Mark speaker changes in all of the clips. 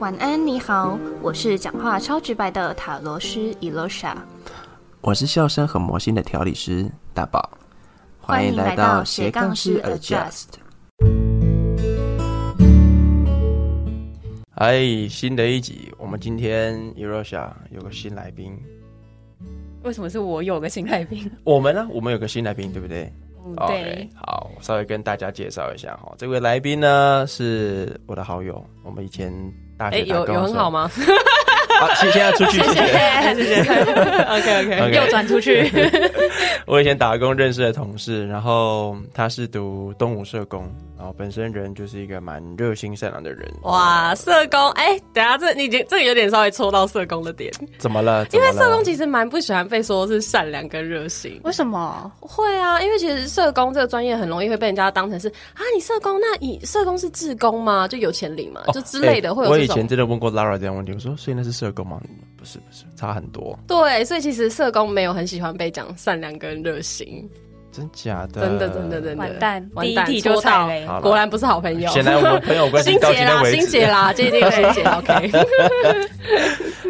Speaker 1: 晚安，你好，我是讲话超直白的塔罗师伊罗莎。
Speaker 2: 我是笑声很魔性的调理师大宝，
Speaker 1: 欢迎来到斜杠师 Adjust。
Speaker 2: 嗨，哎新的一集，我们今天 Erosha 有个新来宾，
Speaker 3: 为什么是我有个新来 宾？
Speaker 2: 我们呢，我们有个新来宾，对不对？
Speaker 3: 嗯，
Speaker 2: OK，
Speaker 3: 对，
Speaker 2: 好，我稍微跟大家介绍一下哈，这位来宾呢是我的好友，我们以前大
Speaker 3: 哎、
Speaker 2: 学打
Speaker 3: 有
Speaker 2: 工的
Speaker 3: 有
Speaker 2: 时
Speaker 3: 很
Speaker 2: 候
Speaker 3: 好？吗
Speaker 2: 啊，现现在出去谢谢。
Speaker 3: 谢谢，OK OK，
Speaker 2: OK
Speaker 3: 右转出去，
Speaker 2: 我以前打工认识的同事，然后他是读东吴社工，然后本身人就是一个蛮热心善良的人。
Speaker 3: 哇，社工，哎、等一下这你已经这个有点稍微戳到社工的点，
Speaker 2: 怎么了？
Speaker 3: 因为
Speaker 2: 怎么
Speaker 3: 社
Speaker 2: 了
Speaker 3: 工其实蛮不喜欢被说是善良跟热心。
Speaker 1: 为什么？
Speaker 3: 会啊，因为其实社工这个专业很容易会被人家当成是啊，你社工，那你社工是志工吗？就有钱领嘛，
Speaker 2: 哦
Speaker 3: 就之类的，
Speaker 2: 哎
Speaker 3: 会
Speaker 2: 我
Speaker 3: 有这
Speaker 2: 以
Speaker 3: 种。
Speaker 2: 前真的问过 Lara 这样的问题，我说所以那是社工吗？不是不是，差很多，
Speaker 3: 对，所以其实社工没有很喜欢被讲善良跟热心，
Speaker 2: 真假的？
Speaker 3: 真的真的真的。
Speaker 1: 完蛋，
Speaker 3: 完
Speaker 1: 第一
Speaker 3: 蛋
Speaker 1: 题就
Speaker 3: 戳
Speaker 1: 踩
Speaker 3: 到
Speaker 1: 雷。
Speaker 2: 好了
Speaker 3: 果然不是好朋友。
Speaker 2: 显然我们朋友关 系
Speaker 3: 心
Speaker 2: 到今
Speaker 3: 结
Speaker 2: 天
Speaker 3: 啦，
Speaker 2: 为
Speaker 3: 心
Speaker 2: 止
Speaker 3: 结。啦，这 一定是心结。OK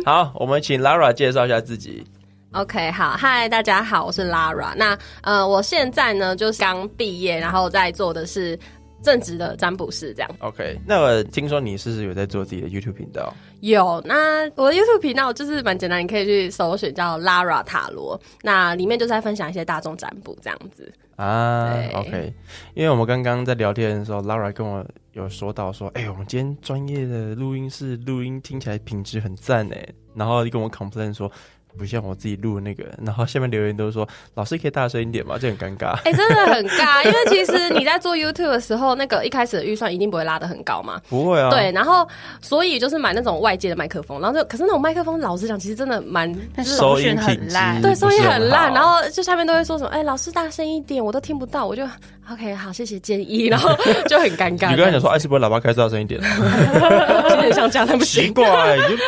Speaker 2: 好，我们请 Lara 介绍一下自己。
Speaker 3: OK，好，嗨，大家好，我是 Lara。那呃，我现在呢就是刚毕业，然后在做的是正职的占卜师，这样
Speaker 2: OK，那我听说你是不是有在做自己的 YouTube 频道？
Speaker 3: 有。那我的 YouTube 频道就是蛮简单，你可以去搜寻叫 Lara 塔罗，那里面就是在分享一些大众占卜这样 子。
Speaker 2: 啊
Speaker 3: 对
Speaker 2: ，OK，因为我们刚刚在聊天的时候，Lara 跟我有说到说，哎、我们今天专业的录音室录音听起来品质很赞哎，然后就跟我 complain 说，不像我自己录的那个，然后下面留言都说，老师可以大声一点吗？这很尴尬。
Speaker 3: 哎、真的很尬，因为其实你在做 YouTube 的时候，那个一开始的预算一定不会拉得很高嘛，
Speaker 2: 不会啊，
Speaker 3: 对，，然后所以就是买那种外接的麦克风，然后就可是那种麦克风，老实讲，其实真的蛮
Speaker 1: 但是
Speaker 2: 收
Speaker 1: 手
Speaker 2: 音
Speaker 1: 选
Speaker 2: 品
Speaker 1: 很
Speaker 2: 质
Speaker 1: 烂，
Speaker 3: 对，收音很烂，
Speaker 2: 嗯不是很好
Speaker 3: 然后就下面都会说什么，哎、老师大声一点，我都听不到，我就 OK，好，谢谢建议， 然后就很尴尬。
Speaker 2: 你刚才讲说，哎，是不是喇叭开大声一点？
Speaker 3: 有点像这样，对不
Speaker 2: 奇
Speaker 3: 行，
Speaker 2: 怪，你就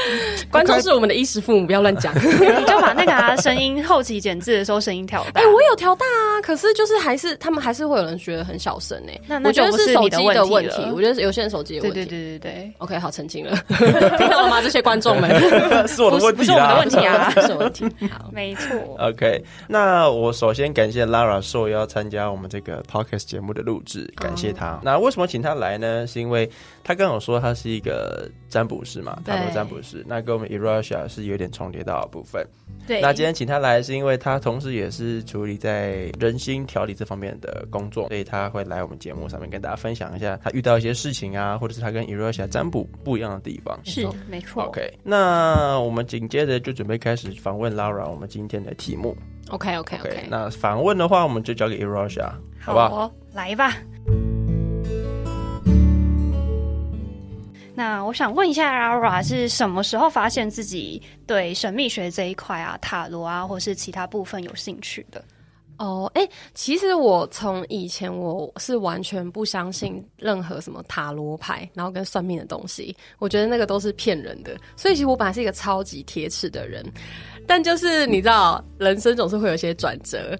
Speaker 3: 观众是我们的衣食父母，不要乱 讲。
Speaker 1: 你就把那个啊声音 后期剪字的时候声音调大。
Speaker 3: 哎、我有调大啊，可是就是还是他们还是会有人觉得很小声哎、
Speaker 1: 那那
Speaker 3: 我觉得
Speaker 1: 就不是
Speaker 3: 手
Speaker 1: 你
Speaker 3: 机
Speaker 1: 的
Speaker 3: 的
Speaker 1: 问题
Speaker 3: 题
Speaker 1: 了，
Speaker 3: 我觉得是有些人手机的
Speaker 1: 对
Speaker 3: 问题。
Speaker 1: 对对对对，
Speaker 3: OK，好，澄清了， 听到了吗？这些观众们，
Speaker 2: 是我的问
Speaker 1: 不
Speaker 2: 题
Speaker 1: 是我们
Speaker 2: 啦
Speaker 1: 的问。题 啊
Speaker 3: 不是我的问题。好，
Speaker 1: 没错。
Speaker 2: OK，那
Speaker 1: 嗯
Speaker 2: 我首先感谢 Lara 受邀参加我们这个 podcast 节目的录制，
Speaker 1: 哦
Speaker 2: 感谢
Speaker 1: 嗯
Speaker 2: 她。那为什么请她来呢？是因为她刚我说她是一个占卜师嘛，
Speaker 1: 对
Speaker 2: 塔罗占卜师，那跟我们 Erasha 是有点重叠到的部分。
Speaker 1: 对，
Speaker 2: 那今天请她来是因为她同时也是处理在人心调理这方面的工作，所以她会来我们节目上面跟大家分享一下她遇到一些事情啊，或者是她跟 Erasha 占卜不一样的地方。
Speaker 1: 是没错。
Speaker 2: OK，那我们紧接着就准备开始访问 Lara 我们今天的题目。
Speaker 3: OK，OK，OK，、
Speaker 2: OK，那反问的话，我们就交给 Erosha，好不好？
Speaker 1: 哦，来吧。那我想问一下 Laura 是什么时候发现自己对神秘学这一块啊、塔罗啊，或是其他部分有兴趣的？
Speaker 3: 哦，哎、其实我从以前我是完全不相信任何什么塔罗牌，然后跟算命的东西，我觉得那个都是骗人的。所以其实我本来是一个超级铁齿的人，但就是你知道，人生总是会有一些转折。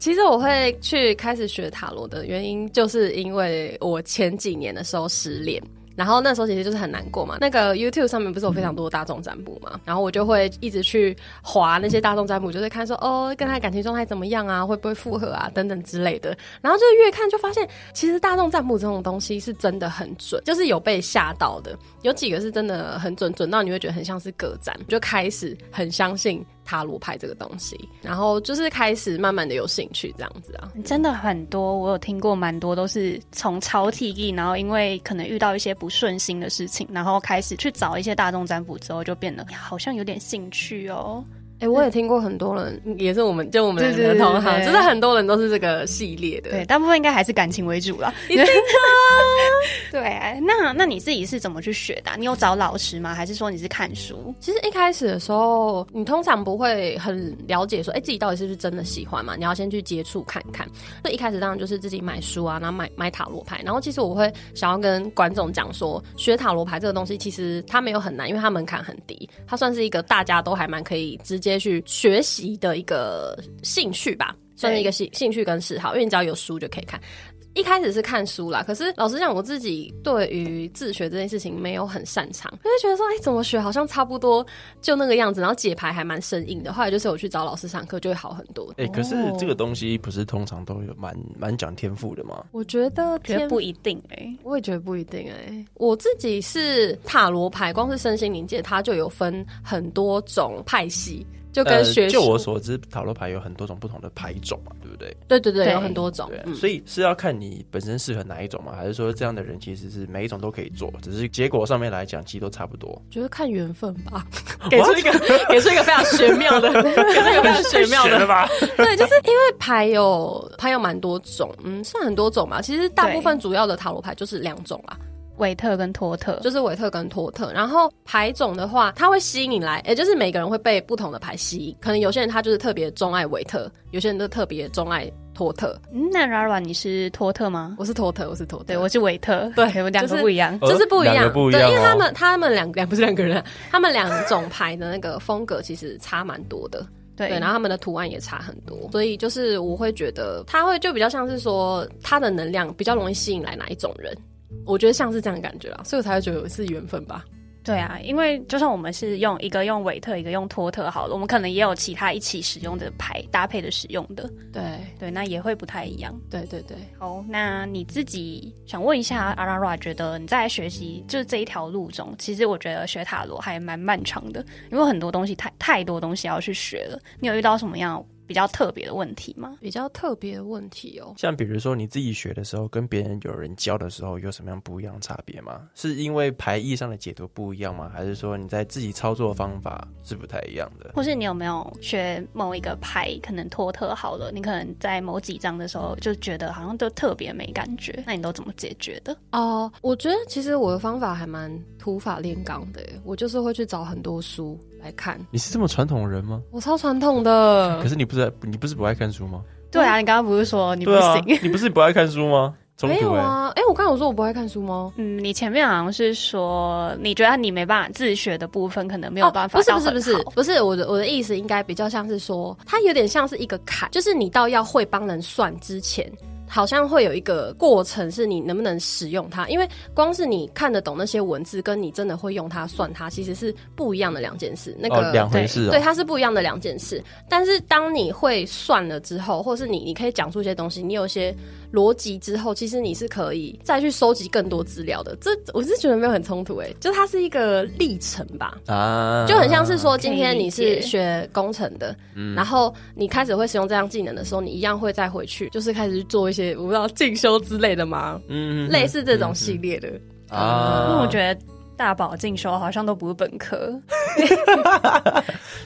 Speaker 3: 其实我会去开始学塔罗的原因，就是因为我前几年的时候失恋。然后那时候其实就是很难过嘛。那个 YouTube 上面不是有非常多大众占卜嘛，然后我就会一直去划那些大众占卜，就是看说哦，跟他感情状态怎么样啊，会不会复合啊，等等之类的。然后就越看就发现，其实大众占卜这种东西是真的很准，就是有被吓到的。有几个是真的很准，准到你会觉得很像是个占，就开始很相信塔罗牌这个东西，然后就是开始慢慢的有兴趣这样子啊。
Speaker 1: 真的很多，我有听过蛮多都是从超体力，然后因为可能遇到一些不顺心的事情，然后开始去找一些大众占卜之后，就变得好像有点兴趣哦。
Speaker 3: 哎、我也听过很多人，嗯也是我们就我们
Speaker 1: 对对
Speaker 3: 的
Speaker 1: 对
Speaker 3: 同行，
Speaker 1: 对
Speaker 3: 就是很多人都是这个系列的。
Speaker 1: 对，大部分应该还是感情为主啦。 对啊，那那你自己是怎么去学的啊、你有找老师吗？还是说你是看书？
Speaker 3: 其实一开始的时候，你通常不会很了解说，哎、自己到底是不是真的喜欢嘛？你要先去接触看看。所以一开始当然就是自己买书啊，然后买买塔罗牌。然后其实我会想要跟观众讲说，学塔罗牌这个东西其实它没有很难，因为它门槛很低，它算是一个大家都还蛮可以直接去学习的一个兴趣吧，算是一个兴兴趣跟嗜好，因为你只要有书就可以看。一开始是看书啦，可是老实讲，我自己对于自学这件事情没有很擅长，因为觉得说，哎、怎么学好像差不多就那个样子，然后解牌还蛮生硬的。后来就是我去找老师上课，就会好很多。
Speaker 2: 哎、可是这个东西不是通常都有蛮蛮讲天赋的吗？
Speaker 3: 我觉得
Speaker 1: 觉得
Speaker 3: 天
Speaker 1: 不一定哎、欸
Speaker 3: 我也觉得不一定哎、我自己是塔罗牌，光是身心灵界，它就有分很多种派系，就跟学
Speaker 2: 呃、
Speaker 3: 术、
Speaker 2: 就我所知，塔罗牌有很多种不同的牌种嘛，对不对？
Speaker 3: 对对对，
Speaker 1: 对
Speaker 3: 有很多种
Speaker 2: 对、啊，
Speaker 3: 嗯。
Speaker 2: 所以是要看你本身适合哪一种嘛，还是说这样的人其实是每一种都可以做，只是结果上面来讲其实都差不 多。
Speaker 3: 觉得看缘分吧，
Speaker 2: 给出一
Speaker 3: 个给出一个非常玄 妙的，给出一个非常玄妙
Speaker 2: 太
Speaker 3: 的
Speaker 2: 玄了吧？
Speaker 3: 对，就是因为牌有牌有蛮多种，嗯，算很多种吧。其实大部分主要的塔罗牌就是两种啦，
Speaker 1: 维特跟托特，
Speaker 3: 就是韦特跟托特。然后牌种的话，它会吸引你来，也就是每个人会被不同的牌吸引。可能有些人他就是特别钟爱韦特，有些人就特别钟爱托特。
Speaker 1: 嗯那 Rara 你是托特吗？
Speaker 3: 我是托特，我是托特，
Speaker 1: 对，我是维特，
Speaker 3: 对
Speaker 1: 我们两
Speaker 3: 就
Speaker 1: 个
Speaker 3: 是
Speaker 1: 不一样。
Speaker 3: 就是不一
Speaker 2: 两
Speaker 3: 样，
Speaker 2: 个不一
Speaker 3: 对，
Speaker 2: 样
Speaker 3: 因为
Speaker 2: 哦
Speaker 3: 他们他们两两不是两个人啊，他们两种牌的那个风格其实差蛮多的。
Speaker 1: 对，
Speaker 3: 对，然后他们的图案也差很多，所以就是我会觉得他会就比较像是说他的能量比较容易吸引来哪一种人，我觉得像是这样的感觉啦，所以我才会觉得是缘分吧。
Speaker 1: 对啊，因为就算我们是用一个用维特，一个用托特好了，我们可能也有其他一起使用的牌搭配的使用的，
Speaker 3: 对，
Speaker 1: 对，那也会不太一样。
Speaker 3: 对对对，
Speaker 1: 好，那你自己想问一下阿拉拉，觉得你在学习就是这一条路中，其实我觉得学塔罗还蛮漫长的，因为很多东西太太多东西要去学了。你有遇到什么样比较特别的问题吗？
Speaker 3: 比较特别的问题哦、
Speaker 2: 像比如说你自己学的时候，跟别人有人教的时候，有什么样不一样的差别吗？是因为牌意上的解读不一样吗？还是说你在自己操作方法是不太一样的？
Speaker 1: 或是你有没有学某一个牌，可能托特好了，你可能在某几张的时候就觉得好像都特别没感觉，那你都怎么解决的？
Speaker 3: 哦、我觉得其实我的方法还蛮土法炼钢的耶，我就是会去找很多书来看，
Speaker 2: 你是这么传统人吗？
Speaker 3: 我超传统的
Speaker 2: 可。是你不是你不是不爱看书吗？
Speaker 1: 对啊，你刚刚不是说你不
Speaker 2: 对啊
Speaker 1: 行？，
Speaker 2: 你不是不爱看书吗？冲
Speaker 3: 没
Speaker 2: 突
Speaker 3: 有
Speaker 2: 哎、
Speaker 3: 啊，哎、我刚才有说我不爱看书吗？
Speaker 1: 嗯，你前面好像是说你觉得你没办法自学的部分，可能没有办法、
Speaker 3: 哦不是不是不是，不是我的我的意思，应该比较像是说，它有点像是一个坎，就是你到要会帮人算之前。好像会有一个过程，是你能不能使用它？因为光是你看得懂那些文字，跟你真的会用它算它，其实是不一样的两件事。那个、
Speaker 2: 哦，两回事哦、
Speaker 3: 对，它是不一样的两件事。但是当你会算了之后，或是你你可以讲出一些东西，你有一些逻辑之后，其实你是可以再去收集更多资料的。这我是觉得没有很冲突诶、欸就它是一个历程吧。
Speaker 2: 啊，
Speaker 3: 就很像是说，
Speaker 1: 可以
Speaker 3: 今天你
Speaker 1: 理
Speaker 3: 是
Speaker 1: 解
Speaker 3: 学工程的，然后你开始会使用这项技能的时候，你一样会再回去，就是开始去做一些我不知道进修之类的嘛，
Speaker 2: 嗯
Speaker 3: 类似这种嗯系列的。
Speaker 2: 啊。
Speaker 1: 因为我觉得大宝进修好像都不是本 科，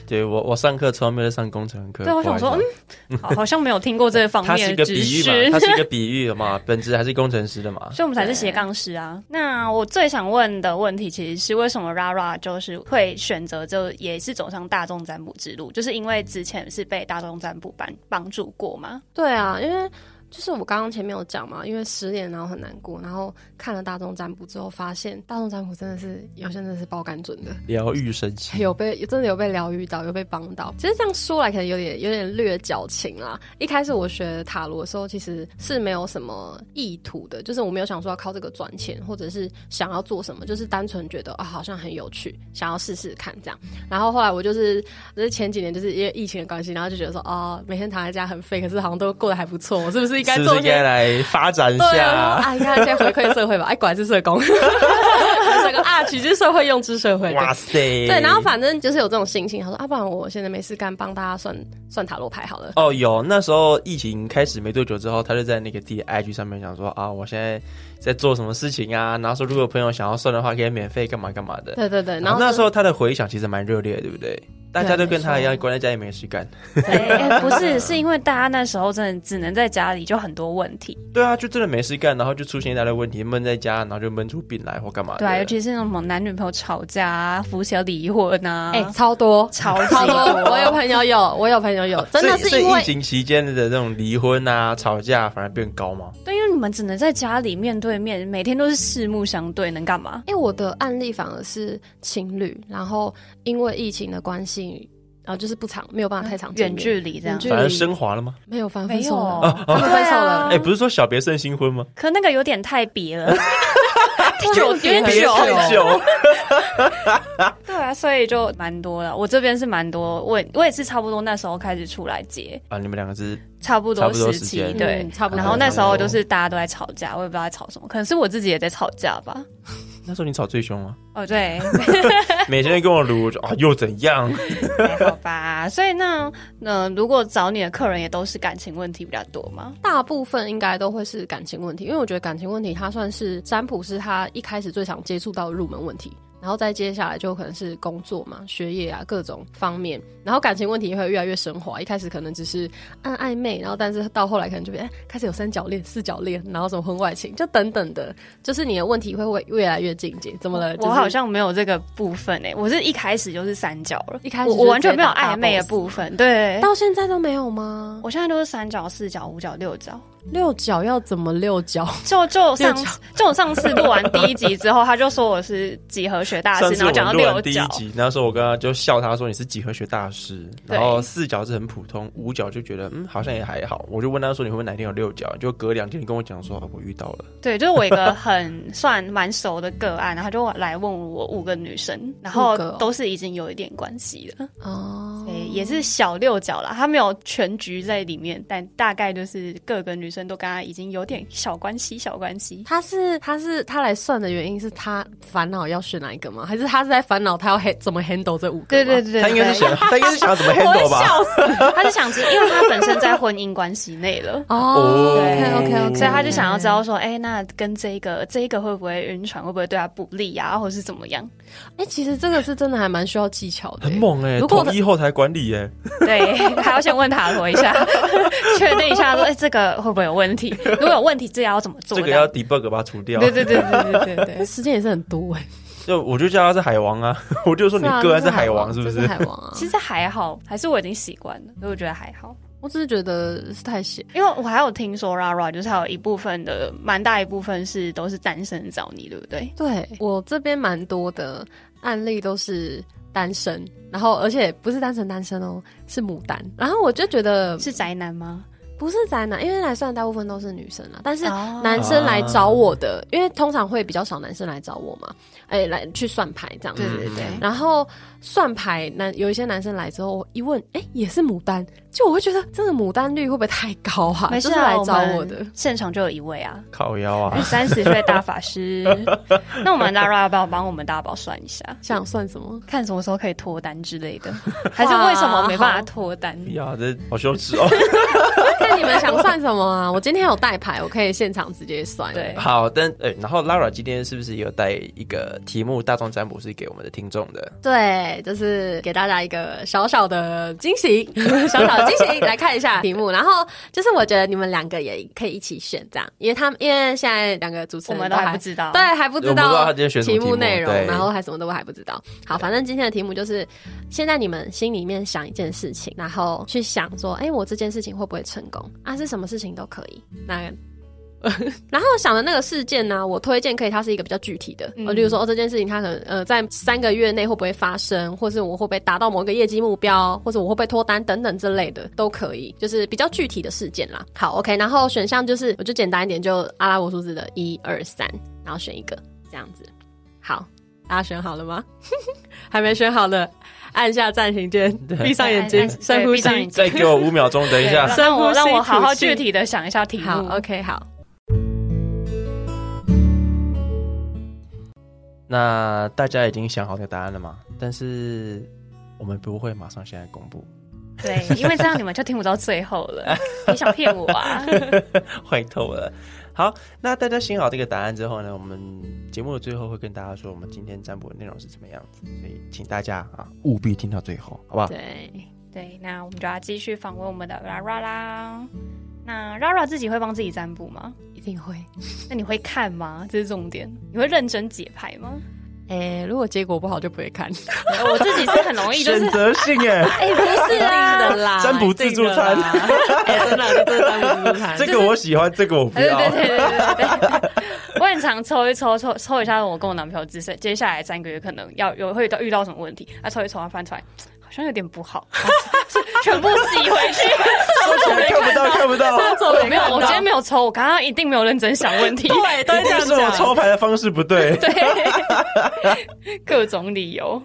Speaker 2: 对我，我上课从来没有在上工程课。
Speaker 1: 对我想说
Speaker 2: 不好意思啊
Speaker 1: 好好像没有听过这
Speaker 3: 嗯
Speaker 1: 方
Speaker 2: 它是一
Speaker 1: 面
Speaker 2: 个
Speaker 1: 的知
Speaker 2: 比喻
Speaker 1: 识
Speaker 2: 嘛，。 它是一个比喻的嘛， 本质还是工程师的 嘛。
Speaker 1: 所以我们才是斜杠师啊。那我最想问的问题，其实是为什么 Rara 就是会选择就也是走上大众占卜之路，就是因为之前是被大众占卜帮帮助过 吗？
Speaker 3: 对啊，因为就是我刚刚前面有讲嘛，因为失恋然后很难过，然后看了大众占卜之后，发现大众占卜真的是有些真的是爆肝准的。
Speaker 2: 疗愈神奇，
Speaker 3: 有被真的有被疗愈到，有被帮到。其实这样说来，可能有点有点略矫情啦。一开始我学塔罗的时候，其实是没有什么意图的，就是我没有想说要靠这个赚钱，或者是想要做什么，就是单纯觉得啊、好像很有趣，想要试试看这样。然后后来我就是，就是前几年就是因为疫情的关系，然后就觉得说，哦，每天躺在家很废，可是好像都过得还不错，我是不是应该
Speaker 2: 是不
Speaker 3: 做
Speaker 2: 是
Speaker 3: 一
Speaker 2: 应该
Speaker 3: 些？
Speaker 2: 来发展一
Speaker 3: 对啊，
Speaker 2: 下？
Speaker 3: 啊，应该先回馈社会吧。哎，果然是社工， 社工啊，取之社会，用之社会。对
Speaker 2: 哇塞！
Speaker 3: 对，然后反正就是有这种心情，他说啊，不然我现在没事干，帮大家算算塔罗牌好了。
Speaker 2: 哦，有那时候疫情开始没多久之后，他就在那个自己的 IG 上面讲说啊，我现在在做什么事情啊，然后说如果朋友想要算的话，可以免费干嘛干嘛的。
Speaker 3: 对对对，然后
Speaker 2: 那时
Speaker 3: 候
Speaker 2: 候他的回响其实蛮热烈的，对不对？大家都跟他一样关在家里没事干。
Speaker 1: 哎不是，是因为大家那时候真的只能在家里，就很多问题，
Speaker 2: 对啊，就真的没事干，然后就出现一大堆问题，闷在家，然后就闷出病来或干嘛的。
Speaker 1: 对啊，尤其是那种什么男女朋友吵架、啊、夫妻要离婚啊，
Speaker 3: 哎、超多
Speaker 1: 超级
Speaker 3: 超多，我有朋友 有，我有朋友有，真
Speaker 2: 所
Speaker 3: 的
Speaker 2: 以
Speaker 3: 是
Speaker 2: 所以
Speaker 3: 因为
Speaker 2: 疫情期间的这种离婚啊、吵架反而变高吗？
Speaker 1: 对，因为你们只能在家里面对面，每天都是四目相对，能干嘛？
Speaker 3: 哎、我的案例反而是情侣，然后因为疫情的关系，然后就是不长，没有办法太长见
Speaker 1: 远
Speaker 3: 面，
Speaker 1: 距离这样
Speaker 3: 远距。离
Speaker 2: 反而升华了吗？
Speaker 3: 没有，反而分手了，
Speaker 1: 没有
Speaker 3: 他们分手了
Speaker 1: 啊
Speaker 2: 哎、。不是说小别胜新婚吗？
Speaker 1: 可那个有点太别了，久有点
Speaker 3: 有
Speaker 1: 久，
Speaker 3: 点
Speaker 2: 太久，
Speaker 1: 对啊，所以就蛮多了。我这边是蛮多，我我也是差不多那时候开始出来接，
Speaker 2: 啊！你们两个是
Speaker 1: 差不
Speaker 2: 差
Speaker 1: 多
Speaker 2: 不多
Speaker 1: 时
Speaker 2: 时
Speaker 1: 期
Speaker 2: 间
Speaker 1: 对。
Speaker 3: 嗯差不多。
Speaker 1: 然后那时候就是大家都在吵架，我也不知道在吵什么，可能是我自己也在吵架吧。
Speaker 2: 那时候你吵最凶啊，
Speaker 1: 哦，对，
Speaker 2: 每天都跟我撸，我就啊又怎样？
Speaker 1: 还 好吧。所以那呃，如果找你的客人也都是感情问题比较多吗？
Speaker 3: 大部分应该都会是感情问题，因为我觉得感情问题它算是占卜是他一开始最常接触到的入门问题，然后再接下来就可能是工作嘛、学业啊各种方面，然后感情问题也会越来越升华。一开始可能只是按暧昧，然后但是到后来可能就变、哎开始有三角恋、四角恋，然后什么婚外情，就等等的，就是你的问题会会越来越进阶。怎么了？呃就是
Speaker 1: 我好像没有这个部分诶、我是一开始就是三角了，
Speaker 3: 一开始
Speaker 1: 我
Speaker 3: 就是
Speaker 1: 我完全没有
Speaker 3: 直接打
Speaker 1: 暧昧的
Speaker 3: boss
Speaker 1: 部分。对，
Speaker 3: 到现在都没有吗？
Speaker 1: 我现在都是三角、四角、五角、六角。
Speaker 3: 六角要怎么六角？
Speaker 1: 就就上
Speaker 3: 六角
Speaker 1: 就我上次录完第一集之后，他就说我是几何学大师，
Speaker 2: 上次
Speaker 1: 然后
Speaker 2: 我
Speaker 1: 讲
Speaker 2: 们
Speaker 1: 到
Speaker 2: 录
Speaker 1: 六
Speaker 2: 完第一
Speaker 1: 角，
Speaker 2: 集，那时候我跟他就笑他说你是几何学大师，
Speaker 1: 对
Speaker 2: 然后四角是很普通，五角就觉得嗯好像也还好，我就问他说你会不会哪天有六角？就隔两天你跟我讲说、啊、我遇到了，
Speaker 1: 对，就是我一个很算蛮熟的个案，然后他就来问我五个女生，然后
Speaker 3: 五个哦
Speaker 1: 都是已经有一点关系了，
Speaker 3: 哦
Speaker 1: 对，也是小六角啦，他没有全局在里面，但大概就是各个女生都跟他已经有点小关系，小关系。
Speaker 3: 他是他是他来算的原因是他烦恼要选哪一个吗？还是他是在烦恼他要 ha- 怎么 handle 这五个吗？
Speaker 1: 对对对，
Speaker 2: 他应该是
Speaker 1: 对
Speaker 2: 想他应该是想要怎么
Speaker 1: 我会
Speaker 2: handle 吧？
Speaker 1: 笑死， 他是想知，因为他本身在婚姻关系内了。
Speaker 3: 哦
Speaker 2: 哦
Speaker 3: ，OK OK OK，
Speaker 1: 所以他就想要知道说，哎、那跟这个这一个会不会晕船，会不会对他不利啊，或者是怎么样？
Speaker 3: 哎、其实这个是真的还蛮需要技巧的、
Speaker 2: 很。猛哎、欸，
Speaker 3: 如果
Speaker 2: 统一后台管理哎、
Speaker 1: 对，还要先问塔罗一下， 确定一下说，哎、这个会不会有问题？如果有问题，这个要怎么做？
Speaker 2: 这个要 debug 把它除掉。
Speaker 1: 对对对对对对
Speaker 3: 那
Speaker 1: 对，
Speaker 3: 时间也是很多哎、
Speaker 2: 就我就叫他是海王啊，我就 说
Speaker 3: 欸，
Speaker 2: 你个案
Speaker 3: 是
Speaker 2: 海王是不
Speaker 3: 这
Speaker 2: 是？
Speaker 3: 是海王啊！其
Speaker 1: 其
Speaker 3: 实
Speaker 1: 实还好，还是我已经习惯了，所以我觉得还好。
Speaker 3: 我只是觉得是太闲，
Speaker 1: 因为我还有听说 Rara 就是还有一部分的蛮大一部分是都是单身找你，对不对？
Speaker 3: 对我这边蛮多的案例都是单身，然后而且不是单纯单身哦，是牡丹。然后我就觉得
Speaker 1: 是宅男吗？
Speaker 3: 不是宅男，因为来算大部分都是女生啊，但是
Speaker 1: 哦
Speaker 3: 男生来找我的，因为通常会比较少男生来找我嘛，哎、来去算牌这样子
Speaker 1: 对。对对，
Speaker 3: 然后算牌男有一些男生来之后，我一问，哎、也是牡丹，就我会觉得这个牡丹率会不会太高啊？
Speaker 1: 没
Speaker 3: 就
Speaker 1: 事
Speaker 3: 是
Speaker 1: 啊，
Speaker 3: 来找
Speaker 1: 我
Speaker 3: 我
Speaker 1: 们
Speaker 3: 的。
Speaker 1: 现场就有一位啊。
Speaker 2: 靠腰
Speaker 3: 哦
Speaker 2: 啊，
Speaker 1: 三十岁大 法师，那我们 Lara 要不要帮我们大宝算一下，
Speaker 3: 想算什么？
Speaker 1: 看什么时候可以脱单之类 的，还是为什么没办法脱单？
Speaker 2: 哎呀，这好羞耻哦。
Speaker 3: 看你们想算什么啊！我今天有带牌，我可以现场直接算。
Speaker 1: 对
Speaker 2: 好，但哎、然后 Lara 今天是不是有带一个题目大众占卜是给我们的听众 的？
Speaker 3: 对，就是给大家一个小小的惊喜， 小小的惊喜，来看一下题目。然后就是我觉得你们两个也可以一起选这样，因为他们因为现在两个主持
Speaker 1: 我
Speaker 3: 人
Speaker 1: 们都还不知道。
Speaker 3: 对，还不知
Speaker 2: 我们不知道
Speaker 3: 道
Speaker 2: 他今天选什么
Speaker 3: 题
Speaker 2: 题目
Speaker 3: 内容
Speaker 2: 对，
Speaker 3: 然后还什么都还不知道。好，反正今天的题目就是，现在你们心里面想一件事情，然后去想说，哎、我这件事情会不会成功啊？是什么事情都可以。那 然后想的那个事件呢、我推荐可以，它是一个比较具体的，
Speaker 1: 嗯
Speaker 3: 呃，例如说哦，这件事情它可能呃在三个月内会不会发生，或是我会不会达到某一个业绩目标，或者我会不会脱单等等之类的都可以，就是比较具体的事件啦。好，OK，然后选项就是我就简单一点，就阿拉伯数字的一二三，然后选一个这样子。好，大家选好了吗？ 还没选好的，按下暂停键，闭上眼睛
Speaker 1: 按按，
Speaker 3: 深
Speaker 1: 对
Speaker 3: 呼
Speaker 1: 闭上
Speaker 3: 吸
Speaker 1: 眼。睛
Speaker 2: 再给我五秒钟，等一
Speaker 1: 对
Speaker 2: 下
Speaker 1: 让。
Speaker 3: 深
Speaker 1: 让
Speaker 3: 呼
Speaker 1: 我
Speaker 3: 吸
Speaker 1: 让我好好
Speaker 3: 吐气
Speaker 1: 具体的想一下题
Speaker 3: 好
Speaker 1: 目。
Speaker 3: ，OK，好。
Speaker 2: 那大家已经想好这个答案了吗？但是我们不会马上现在公布，
Speaker 1: 对，因为这样你们就听不到最后了。 你想骗我啊？
Speaker 2: 坏透了。好，那大家想好这个答案之后呢，我们节目的最后会跟大家说我们今天占卜的内容是怎么样子，所以请大家啊务必听到最后，好不
Speaker 1: 嗯
Speaker 2: 好？
Speaker 3: 对，
Speaker 1: 对，那我们就要继续访问我们的 Rara 啦。那 Rara 自己会帮自己占卜吗？
Speaker 3: 一定会。
Speaker 1: 那你会看吗？这是重点。你会认真解牌吗？
Speaker 3: 诶、如果结果不好就不会看，
Speaker 1: 我自己是很容易就是
Speaker 2: 选择性哎，
Speaker 3: 哎、不是
Speaker 1: 啊
Speaker 3: 的啦
Speaker 2: 占卜自助餐
Speaker 3: 一定的啦 哎、真的，这是占卜自助餐，
Speaker 2: 这个我喜欢，这个我不
Speaker 1: 对
Speaker 2: 要。
Speaker 1: 对对对对对对，我很常抽一抽抽抽一下我跟我男朋友之身，接下来三个月可能要有会遇到遇到什么问题，啊抽一抽啊翻出来，好像有点不好，全部洗回去。
Speaker 2: 说起来看不到，看不到。
Speaker 3: 走
Speaker 1: 我没有，我今天没有抽，我刚刚一定没有认真想问题。
Speaker 3: 对，都
Speaker 2: 一
Speaker 3: 是这
Speaker 2: 定
Speaker 3: 样
Speaker 2: 是我
Speaker 3: 讲。
Speaker 2: 抽牌的方式不对。
Speaker 1: 对，各种理由。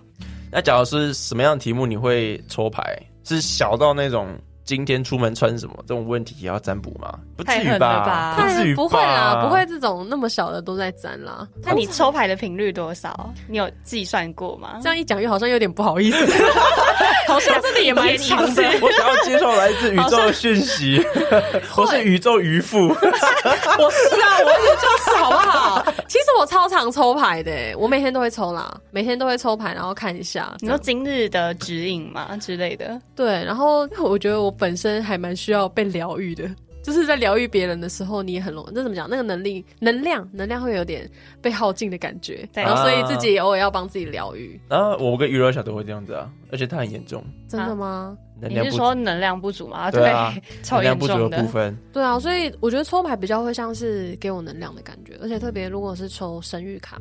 Speaker 2: 那假如是什么样的题目你会抽牌？是小到那种今天出门穿什么这种问题也要占卜吗？不至
Speaker 1: 太
Speaker 2: 于
Speaker 1: 狠了吧
Speaker 2: 不至于
Speaker 3: 不会啦，
Speaker 2: 吧
Speaker 3: 不会这种那么小的都在沾啦。
Speaker 1: 那你抽牌的频率多少？你有计算过吗
Speaker 3: 这？样一讲又好像有点不好意思， 好像真的也蛮长的。
Speaker 2: 我想要接受来自宇宙的讯 息， 我是宇宙渔夫。
Speaker 3: 我是啊，我也就是好不好？其实我超常抽牌的欸，我每天都会抽啦，每天都会抽牌，然后看一下。
Speaker 1: 你说今日的指引吗之类的？
Speaker 3: 对，然后我觉得我本身还蛮需要被疗愈的，就是在疗愈别人的时候，你也很容那怎么讲？那个能力、能量、能量会有点被耗尽的感觉，
Speaker 1: 对
Speaker 2: 啊
Speaker 3: 然后所以自己也偶尔要帮自己疗愈。
Speaker 2: 然后我跟娱乐小都会这样子啊，而且它很严重，
Speaker 3: 真的吗？
Speaker 2: 能
Speaker 1: 你
Speaker 2: 量
Speaker 1: 是
Speaker 2: 不
Speaker 1: 说能量不足吗？
Speaker 2: 对啊，
Speaker 1: 超
Speaker 2: 能量
Speaker 1: 严
Speaker 2: 不足
Speaker 1: 重
Speaker 2: 的部分。
Speaker 3: 对啊，所以我觉得抽牌比较会像是给我能量的感觉，而且特别如果是抽神谕卡，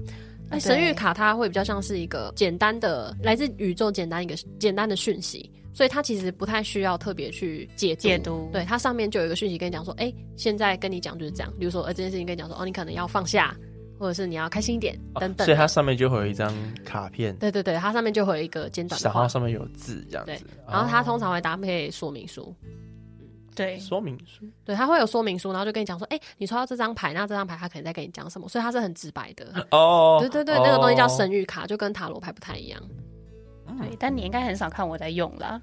Speaker 3: 那
Speaker 1: 对
Speaker 3: 神谕卡它会比较像是一个简单的来自宇宙简单一个简单的讯息，所以它其实不太需要特别去解读
Speaker 1: 解。读。
Speaker 3: 对，它上面就有一个讯息跟你讲说，哎、现在跟你讲就是这样，比如说，呃，这件事情跟你讲说，哦，你可能要放下，或者是你要开心一点，等
Speaker 2: 哦
Speaker 3: 等
Speaker 2: 所以。它上面就会有一张卡片，
Speaker 3: 对对对，它上面就会有一个简短的
Speaker 2: 然后
Speaker 3: 话，
Speaker 2: 上面有字这样
Speaker 3: 对
Speaker 2: 子。
Speaker 3: 然后它通
Speaker 2: 哦
Speaker 3: 常会搭配说明书，
Speaker 1: 对，
Speaker 2: 说明书，
Speaker 3: 对，它会有说明书，然后就跟你讲说，哎、你抽到这张牌，那这张牌它可能在跟你讲什么，所以它是很直白的。
Speaker 2: 哦，
Speaker 3: 对对对，那个东西叫
Speaker 2: 哦
Speaker 3: 神谕卡，就跟塔罗牌不太一 样。
Speaker 1: 对，但你应该很少看我在用啦。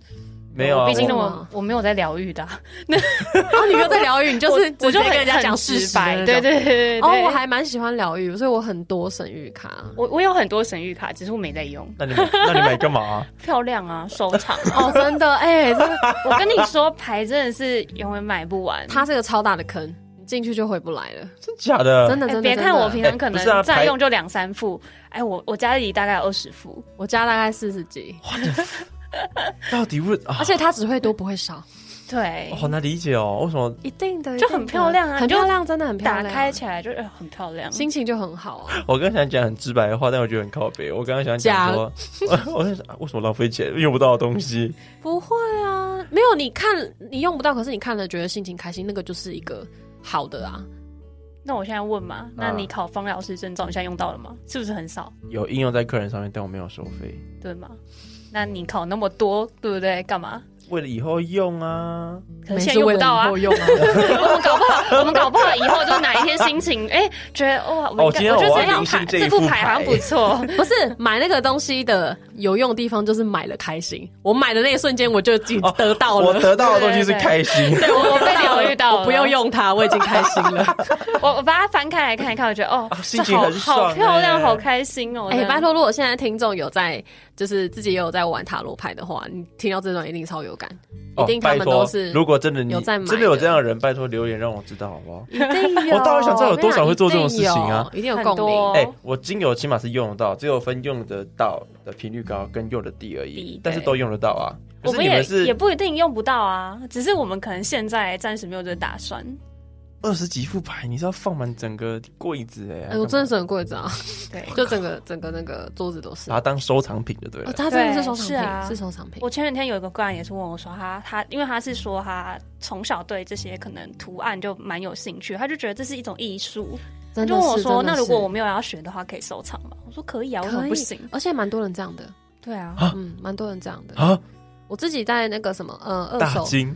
Speaker 2: 没有啊，
Speaker 1: 我毕竟
Speaker 2: 我
Speaker 1: 那
Speaker 3: 我
Speaker 1: 么我没有在疗愈的啊，
Speaker 3: 然后哦你又在疗愈，你就
Speaker 1: 我
Speaker 3: 是
Speaker 1: 我就
Speaker 3: 直接
Speaker 1: 很
Speaker 3: 跟人家
Speaker 1: 很
Speaker 3: 讲事
Speaker 1: 直
Speaker 3: 实的
Speaker 1: 白。
Speaker 3: 那
Speaker 1: 对
Speaker 3: 种。
Speaker 1: 对对对
Speaker 3: 哦，
Speaker 1: 对
Speaker 3: 我还蛮喜欢疗愈，所以我很多神谕卡。
Speaker 1: 我我有很多神谕卡，只是我没在用。
Speaker 2: 那你买那你买干嘛啊？
Speaker 1: 漂亮啊，收 藏啊。
Speaker 3: 哦，真的，哎、这个
Speaker 1: 我跟你说，牌真的是永远买不完。
Speaker 3: 它是个超大的坑，你进去就回不来了。
Speaker 2: 真假的？
Speaker 3: 真的，
Speaker 1: 哎
Speaker 3: 真的。
Speaker 1: 别
Speaker 3: 真
Speaker 1: 看
Speaker 3: 的
Speaker 1: 我平常可
Speaker 2: 哎不是啊
Speaker 1: 能再
Speaker 2: 牌
Speaker 1: 用就两三副，哎，我我家里大概有二十副，
Speaker 3: 我家大概四十几，
Speaker 2: 到底为啊
Speaker 3: 而？且它只会多不会少，
Speaker 1: 对
Speaker 2: 哦，好难理解哦，为什么
Speaker 3: 一定的，
Speaker 1: 就
Speaker 3: 一定的
Speaker 1: 很漂亮啊
Speaker 3: 很
Speaker 1: 你就
Speaker 3: 漂亮，真的很漂
Speaker 1: 打
Speaker 2: 啊
Speaker 3: 亮。
Speaker 1: 开起来就哎很漂亮。
Speaker 3: 心情就很好啊。
Speaker 2: 我刚想讲很直白的话，但我觉得很靠北。我刚刚想讲说， 我我在想啊为什么浪费钱，用不到的东西。
Speaker 3: 不会啊，没有，你看你用不到，可是你看了觉得心情开心，那个就是一个好的啊。
Speaker 1: 那我现在问嘛，那
Speaker 2: 啊
Speaker 1: 你考芳疗师证照，你现在用到了吗？是不是很少？
Speaker 2: 有应用在客人上面，但我没有收费，
Speaker 1: 对吗？那你考那么多，对不对？干嘛？
Speaker 2: 为了以后用啊。
Speaker 1: 可能现在用不到啊
Speaker 3: 没事为了以后。用 啊。
Speaker 1: 我们搞不好，我 们搞不好以后就哪一天心情，哎，觉得哇，
Speaker 2: 哦
Speaker 1: 我
Speaker 2: 今
Speaker 1: 应
Speaker 2: 天
Speaker 1: 该我觉得
Speaker 2: 我要
Speaker 1: 这张
Speaker 2: 灵性
Speaker 1: 牌
Speaker 2: 这一
Speaker 1: 这
Speaker 2: 副
Speaker 1: 副牌好像
Speaker 2: 牌
Speaker 1: 不错。
Speaker 3: 不是买那个东西的有用的地方，就是买了开心。我买的那一瞬间，我就已经得到
Speaker 2: 哦我
Speaker 3: 了。
Speaker 2: 得到的东西是开心，
Speaker 3: 哦 对， 我
Speaker 1: 我被疗愈到了
Speaker 3: 我不用用它，我已经开心了。
Speaker 1: 我我把它翻开来看一看，我觉得哦，
Speaker 2: 啊心
Speaker 1: 这
Speaker 2: 情
Speaker 1: 好
Speaker 2: 很爽
Speaker 1: 好漂亮，
Speaker 2: 欸
Speaker 1: 好开心哦！
Speaker 3: 哎、
Speaker 1: 这样
Speaker 3: 拜托，如果现在听众有在，就是自己也有在玩塔罗牌的话，你听到这段一定超有感，一
Speaker 2: 哦
Speaker 3: 定他
Speaker 2: 拜
Speaker 3: 们
Speaker 2: 托
Speaker 3: 都是，
Speaker 2: 如果真的你
Speaker 3: 有在买的哦
Speaker 2: 真的有这样的人，拜托留言让我知道好不好？
Speaker 3: 一定有。
Speaker 2: 我到底想知道有多少会做这种事情啊
Speaker 3: 一定有，一定有
Speaker 1: 很
Speaker 3: 共鸣
Speaker 1: 多。
Speaker 2: 哎、我精油起码是用得到，只有分用得到的频率高跟用的低而已
Speaker 1: 低，
Speaker 2: 但是
Speaker 1: 对
Speaker 2: 都用得到啊。可
Speaker 1: 我
Speaker 2: 是
Speaker 1: 们
Speaker 2: 你
Speaker 1: 也
Speaker 2: 们是
Speaker 1: 也不一定用不到啊，只是我们可能现在暂时没有这个打算。
Speaker 2: 二十几副牌，你是要放满整个柜子哎、
Speaker 3: 哎、我真的是很贵张，
Speaker 1: 对，
Speaker 3: 就整个整个那个桌子都是
Speaker 2: 把。它当收藏品就对了
Speaker 3: 哦，。它真的是收藏
Speaker 1: 对是啊
Speaker 3: 品，是收藏品。
Speaker 1: 我前两天有一个个案也是问我说他他，因为他是说他从小对这些可能图案就蛮有兴趣，他就觉得这是一种艺术，他
Speaker 3: 真的
Speaker 1: 就问我
Speaker 3: 是
Speaker 1: 说
Speaker 3: 真的
Speaker 1: 那如果
Speaker 3: 是
Speaker 1: 我没有要学的话，可以收藏吗？我说可以啊，为什
Speaker 3: 可
Speaker 1: 么
Speaker 3: 以
Speaker 1: 不行？
Speaker 3: 而且蛮多人这样的，
Speaker 1: 对啊，
Speaker 3: 嗯，蛮多人这样的。
Speaker 2: 啊，
Speaker 3: 我自己在那个什么，呃，二
Speaker 2: 大
Speaker 3: 手
Speaker 2: 金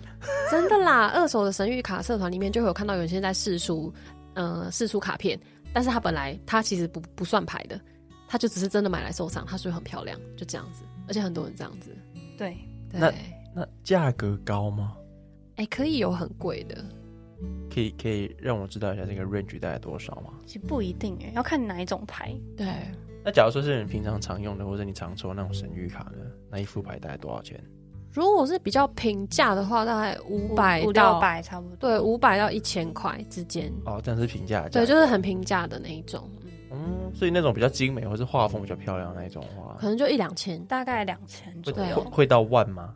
Speaker 3: 真的啦，二手的神谕卡社团里面就会有看到有些在试出，呃，试出卡片，但是他本来他其实不不算牌的，他就只是真的买来收藏，他所以很漂亮，就这样子，而且很多人这样子，
Speaker 1: 对，
Speaker 3: 对，
Speaker 2: 那
Speaker 3: 哎、
Speaker 2: 那价格高吗？
Speaker 3: 可以有很贵的，
Speaker 2: 可以可以让我知道一下这个 range 大概多少吗？
Speaker 1: 其实不一定诶，要看哪一种牌。
Speaker 3: 对，
Speaker 2: 那假如说是你平常常用的，或者你常抽那种神谕卡呢？那一副牌大概多少钱？
Speaker 3: 如果是比较平价的话，大概五百
Speaker 1: 五五
Speaker 3: 到
Speaker 1: 六，百差不多。
Speaker 3: 对，五百到一千块之间，
Speaker 2: 哦，这样是平价的价格。
Speaker 3: 对，就是很平价的那一种，
Speaker 2: 嗯，所以那种比较精美或是画风比较漂亮的那一种花，
Speaker 3: 可能就一两千，
Speaker 1: 大概两千左
Speaker 3: 对啊
Speaker 2: 会
Speaker 1: 右，
Speaker 2: 会到万吗？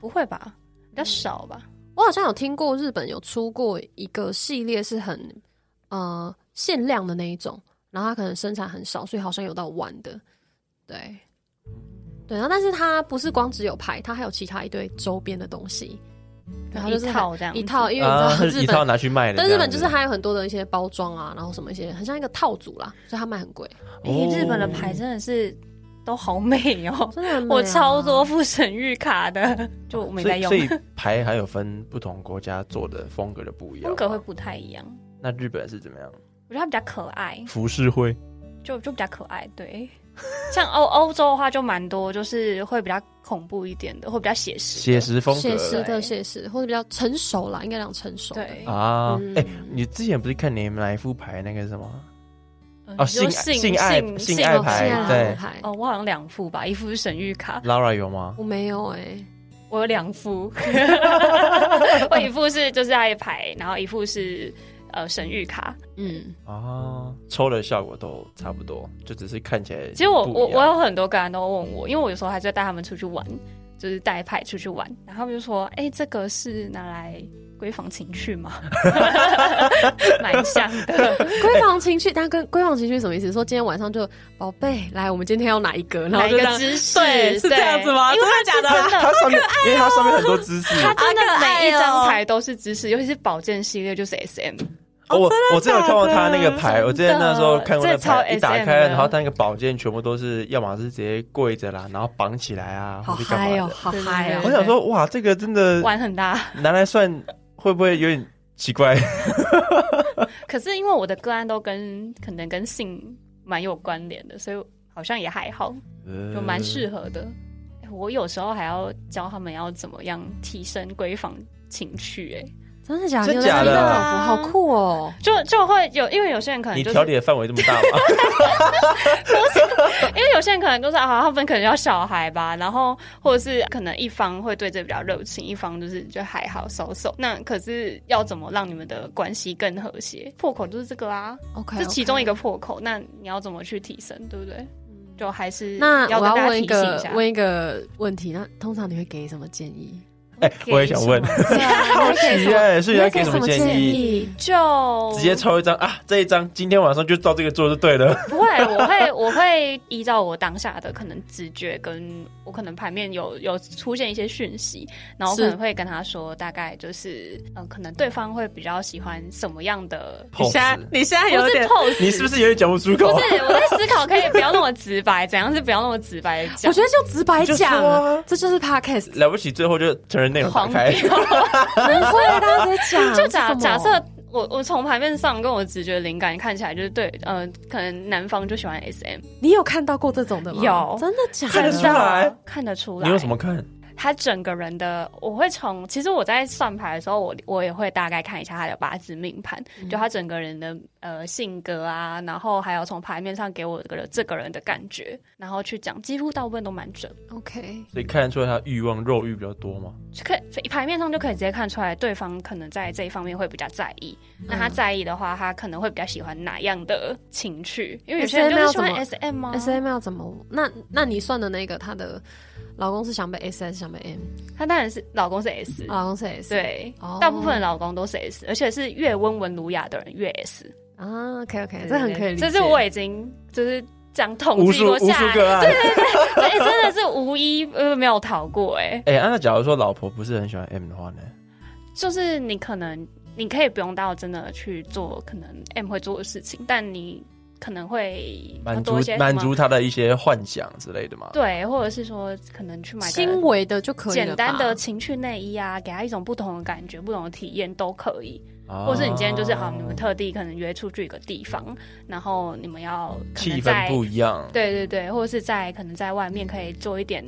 Speaker 1: 不会吧？比较少吧？
Speaker 3: 我好像有听过日本有出过一个系列是很呃限量的那一种，然后它可能生产很少，所以好像有到万的。对，对，然后但是它不是光只有牌，它还有其他一堆周边的东西，对，它就是
Speaker 1: 一
Speaker 3: 很
Speaker 1: 套这样子
Speaker 3: 一套，因为你
Speaker 2: 啊
Speaker 3: 知道，
Speaker 2: 一
Speaker 3: 日
Speaker 2: 套
Speaker 3: 本。
Speaker 2: 拿去卖了这
Speaker 3: 但
Speaker 2: 样
Speaker 3: 日
Speaker 2: 子。
Speaker 3: 本就是还有很多的一些包装啊，然后什么一些很像一个套组啦，所以它卖很贵，
Speaker 2: 哦
Speaker 1: 哎、日本的牌真的是都好美哦，
Speaker 3: 真的很美啊
Speaker 1: 我超多副神谕卡的， 就我没
Speaker 2: 所
Speaker 1: 在
Speaker 2: 以
Speaker 1: 用
Speaker 2: 所，以牌还有分不同国家做的风格的不一样。
Speaker 1: 风格会不太一样。
Speaker 2: 那日本是怎么样？
Speaker 1: 我觉得它比较可爱，
Speaker 2: 服饰会
Speaker 1: 就就比较可爱。对， 像欧欧洲的话就蛮多，就是会比较恐怖一点的，会比较写实的。
Speaker 2: 写实风
Speaker 3: 写
Speaker 2: 格
Speaker 3: 实的
Speaker 1: 对
Speaker 3: 写实，或者比较成熟啦，应该讲成熟的。
Speaker 1: 对
Speaker 2: 啊
Speaker 3: 嗯。
Speaker 2: 哎、你之前不是看你们哪一副牌那个什么？
Speaker 1: 嗯
Speaker 2: 哦
Speaker 1: 你
Speaker 2: 性
Speaker 1: 说
Speaker 2: 爱
Speaker 1: 性
Speaker 2: 性爱
Speaker 1: 性
Speaker 2: 性
Speaker 1: 性
Speaker 2: 爱
Speaker 3: 哦
Speaker 2: 牌
Speaker 3: 是啊
Speaker 2: 对
Speaker 3: 老牌
Speaker 1: 哦，我好像两副吧，一副是神 谕卡，
Speaker 2: Lara 有吗？
Speaker 3: 我没有哎，
Speaker 1: 我有两副， 我一副是就是爱牌，然后一副是呃神谕卡。
Speaker 3: 嗯，
Speaker 2: 啊，抽的效果都差不多，就只是看起来不一样。
Speaker 1: 其实我我 我有很多个人都问我，因为我有时候还是会带他们出去玩，就是带牌出去玩，然后他们就说：“哎、这个是拿来闺房情 趣吗？”蛮像的，
Speaker 3: 闺房情趣，但跟闺房情趣是什么意思？说今天晚上就宝贝，来，我们今天要哪一个？ 然后
Speaker 1: 哪一
Speaker 3: 就这
Speaker 1: 个
Speaker 3: 样
Speaker 1: 姿势？
Speaker 3: 对，是这样子吗？
Speaker 1: 因为
Speaker 3: 真的假的？
Speaker 1: 真的
Speaker 2: 它上面，
Speaker 1: 啊
Speaker 2: 因为它上面很多姿势。
Speaker 1: 它真的
Speaker 3: 好可爱
Speaker 1: 每一张
Speaker 3: 哦
Speaker 1: 牌都是姿势，尤其是宝剑系列就是 S M。
Speaker 2: 哦我我真的有看过他那个牌，我之前那时候看过那
Speaker 1: 这哦超
Speaker 2: 牌，一打
Speaker 1: SM
Speaker 2: 开，
Speaker 1: 的
Speaker 2: 然后他那个宝剑全部都是，要么是直接跪着啦，然后绑起来啊，
Speaker 3: 好
Speaker 2: 或是干
Speaker 3: 嗨
Speaker 2: 嘛
Speaker 3: 哦，
Speaker 2: 的。
Speaker 3: 好嗨
Speaker 1: 对
Speaker 2: 我
Speaker 3: 哦！
Speaker 1: 对对
Speaker 2: 想说，哇，这个真的
Speaker 1: 玩很大。
Speaker 2: 拿来算会不会有点奇 怪？
Speaker 1: 可是因为我的个案都跟可能跟性蛮有关联的，所以好像也还好，就
Speaker 2: 呃
Speaker 1: 蛮适合的。哎我有时候还要教他们要怎么样提升闺房情趣、哎，
Speaker 3: 真的假的？
Speaker 2: 真
Speaker 3: 你有在
Speaker 2: 假
Speaker 3: 听
Speaker 2: 的
Speaker 3: 那种服好酷哦！
Speaker 1: 就就会有，因为有些人可能
Speaker 2: 你
Speaker 1: 就是，
Speaker 2: 调理的范围这么大吗？
Speaker 1: 因为有些人可能就是啊，他们可能要小孩吧，然后或者是可能一方会对这比较热情，一方就是就还好收手。那可是要怎么让你们的关系更和谐？破口就是这个啊，
Speaker 3: OK，
Speaker 1: 这其中一
Speaker 3: 个。
Speaker 1: 个破口，那你要怎么去提升，对不对？就还是
Speaker 3: 那
Speaker 1: 要
Speaker 3: 我
Speaker 1: 跟
Speaker 3: 要
Speaker 1: 大家
Speaker 3: 问
Speaker 1: 提
Speaker 3: 一
Speaker 1: 醒一
Speaker 3: 个
Speaker 1: 下。
Speaker 3: 问一个问题，那通常你会给什么建 议？
Speaker 2: 哎，我也想问，
Speaker 1: 对啊
Speaker 2: 好奇哎，所以要给什么建议？
Speaker 3: 议？
Speaker 1: 就
Speaker 2: 直接抽一张啊，这一张今天晚上就照这个做就对了。
Speaker 1: 不会，我会我会依照我当下的可能直觉，跟我可能盘面有有出现一些讯息，然后我
Speaker 3: 是
Speaker 1: 可能会跟他说，大概就是嗯、呃可能对方会比较喜欢什么 样的，
Speaker 2: 碰死，
Speaker 3: 你现在
Speaker 1: 不是 pose，
Speaker 2: 你是不是有点讲不出
Speaker 1: 不
Speaker 2: 口？
Speaker 1: 是我在思考，可以不要那么直白，怎样是不要那么直白的讲？
Speaker 3: 我觉得就直白
Speaker 2: 就说
Speaker 3: 讲，
Speaker 2: 啊
Speaker 3: 这就是 podcast，
Speaker 2: 了不起，最后就成人内 容打
Speaker 1: 狂
Speaker 2: 开。
Speaker 3: 不会大家直接讲。这是什
Speaker 1: 就假
Speaker 3: 么
Speaker 1: 假设我我从牌面上跟我直觉灵感看起来就是对，呃，可能男方就喜欢 S M，
Speaker 3: 你有看到过这种的吗？
Speaker 1: 有
Speaker 3: 真的假
Speaker 2: 看得出来
Speaker 3: 的？
Speaker 1: 看得出来。
Speaker 2: 你有什么看？
Speaker 1: 他整个人的，我会从其实我在算牌的时候，我我也会大概看一下他的八字命盘，就他整个人的呃性格啊，然后还有从牌面上给我的这个人的感觉，然后去讲，几乎大部分都蛮准，
Speaker 3: OK，
Speaker 2: 所以看得出来他欲望肉欲比较多吗？
Speaker 1: 就可以牌面上就可以直接看出来对方可能在这一方面会比较在意。那他在意的话，他可能会比较喜欢哪样的情趣？因为有些人
Speaker 3: SM
Speaker 1: 就是喜
Speaker 3: 要
Speaker 1: 欢 S M 吗
Speaker 3: S M 要怎么？那那你算的那个，她的老公是想被 S 还是想被 M？
Speaker 1: 他当然是老公是 S，、
Speaker 3: 老公是 S，
Speaker 1: 对
Speaker 3: 哦
Speaker 1: 大部分的老公都是 S，而且是越温文儒雅的人越 S。
Speaker 3: 啊，OK OK，这很可以理解。
Speaker 1: 这是我已经就是这样统
Speaker 2: 无
Speaker 1: 计
Speaker 2: 数
Speaker 1: 过
Speaker 2: 无
Speaker 1: 下
Speaker 2: 数
Speaker 1: 来，
Speaker 2: 个案。
Speaker 1: 哎、真的是无一呃没有逃过哎、
Speaker 2: 哎，啊那假如说老婆不是很喜欢 M 的话呢？
Speaker 1: 就是你可能你可以不用到真的去做可能 M 会做的事情，但你可能会
Speaker 2: 满足
Speaker 1: 多一些什么
Speaker 2: 满足他的一些幻想之类的嘛？
Speaker 1: 对，或者是说可能去买
Speaker 3: 轻
Speaker 1: 个
Speaker 3: 微的就可以了吧
Speaker 1: 简单的情趣内衣啊，给他一种不同的感觉、不同的体验都可以。
Speaker 2: 啊
Speaker 1: 或是你今天就是好，你们特地可能约出去一个地方，然后你们要可能
Speaker 2: 气
Speaker 1: 在
Speaker 2: 氛不一样。
Speaker 1: 对对对，或者是在可能在外面可以做一点，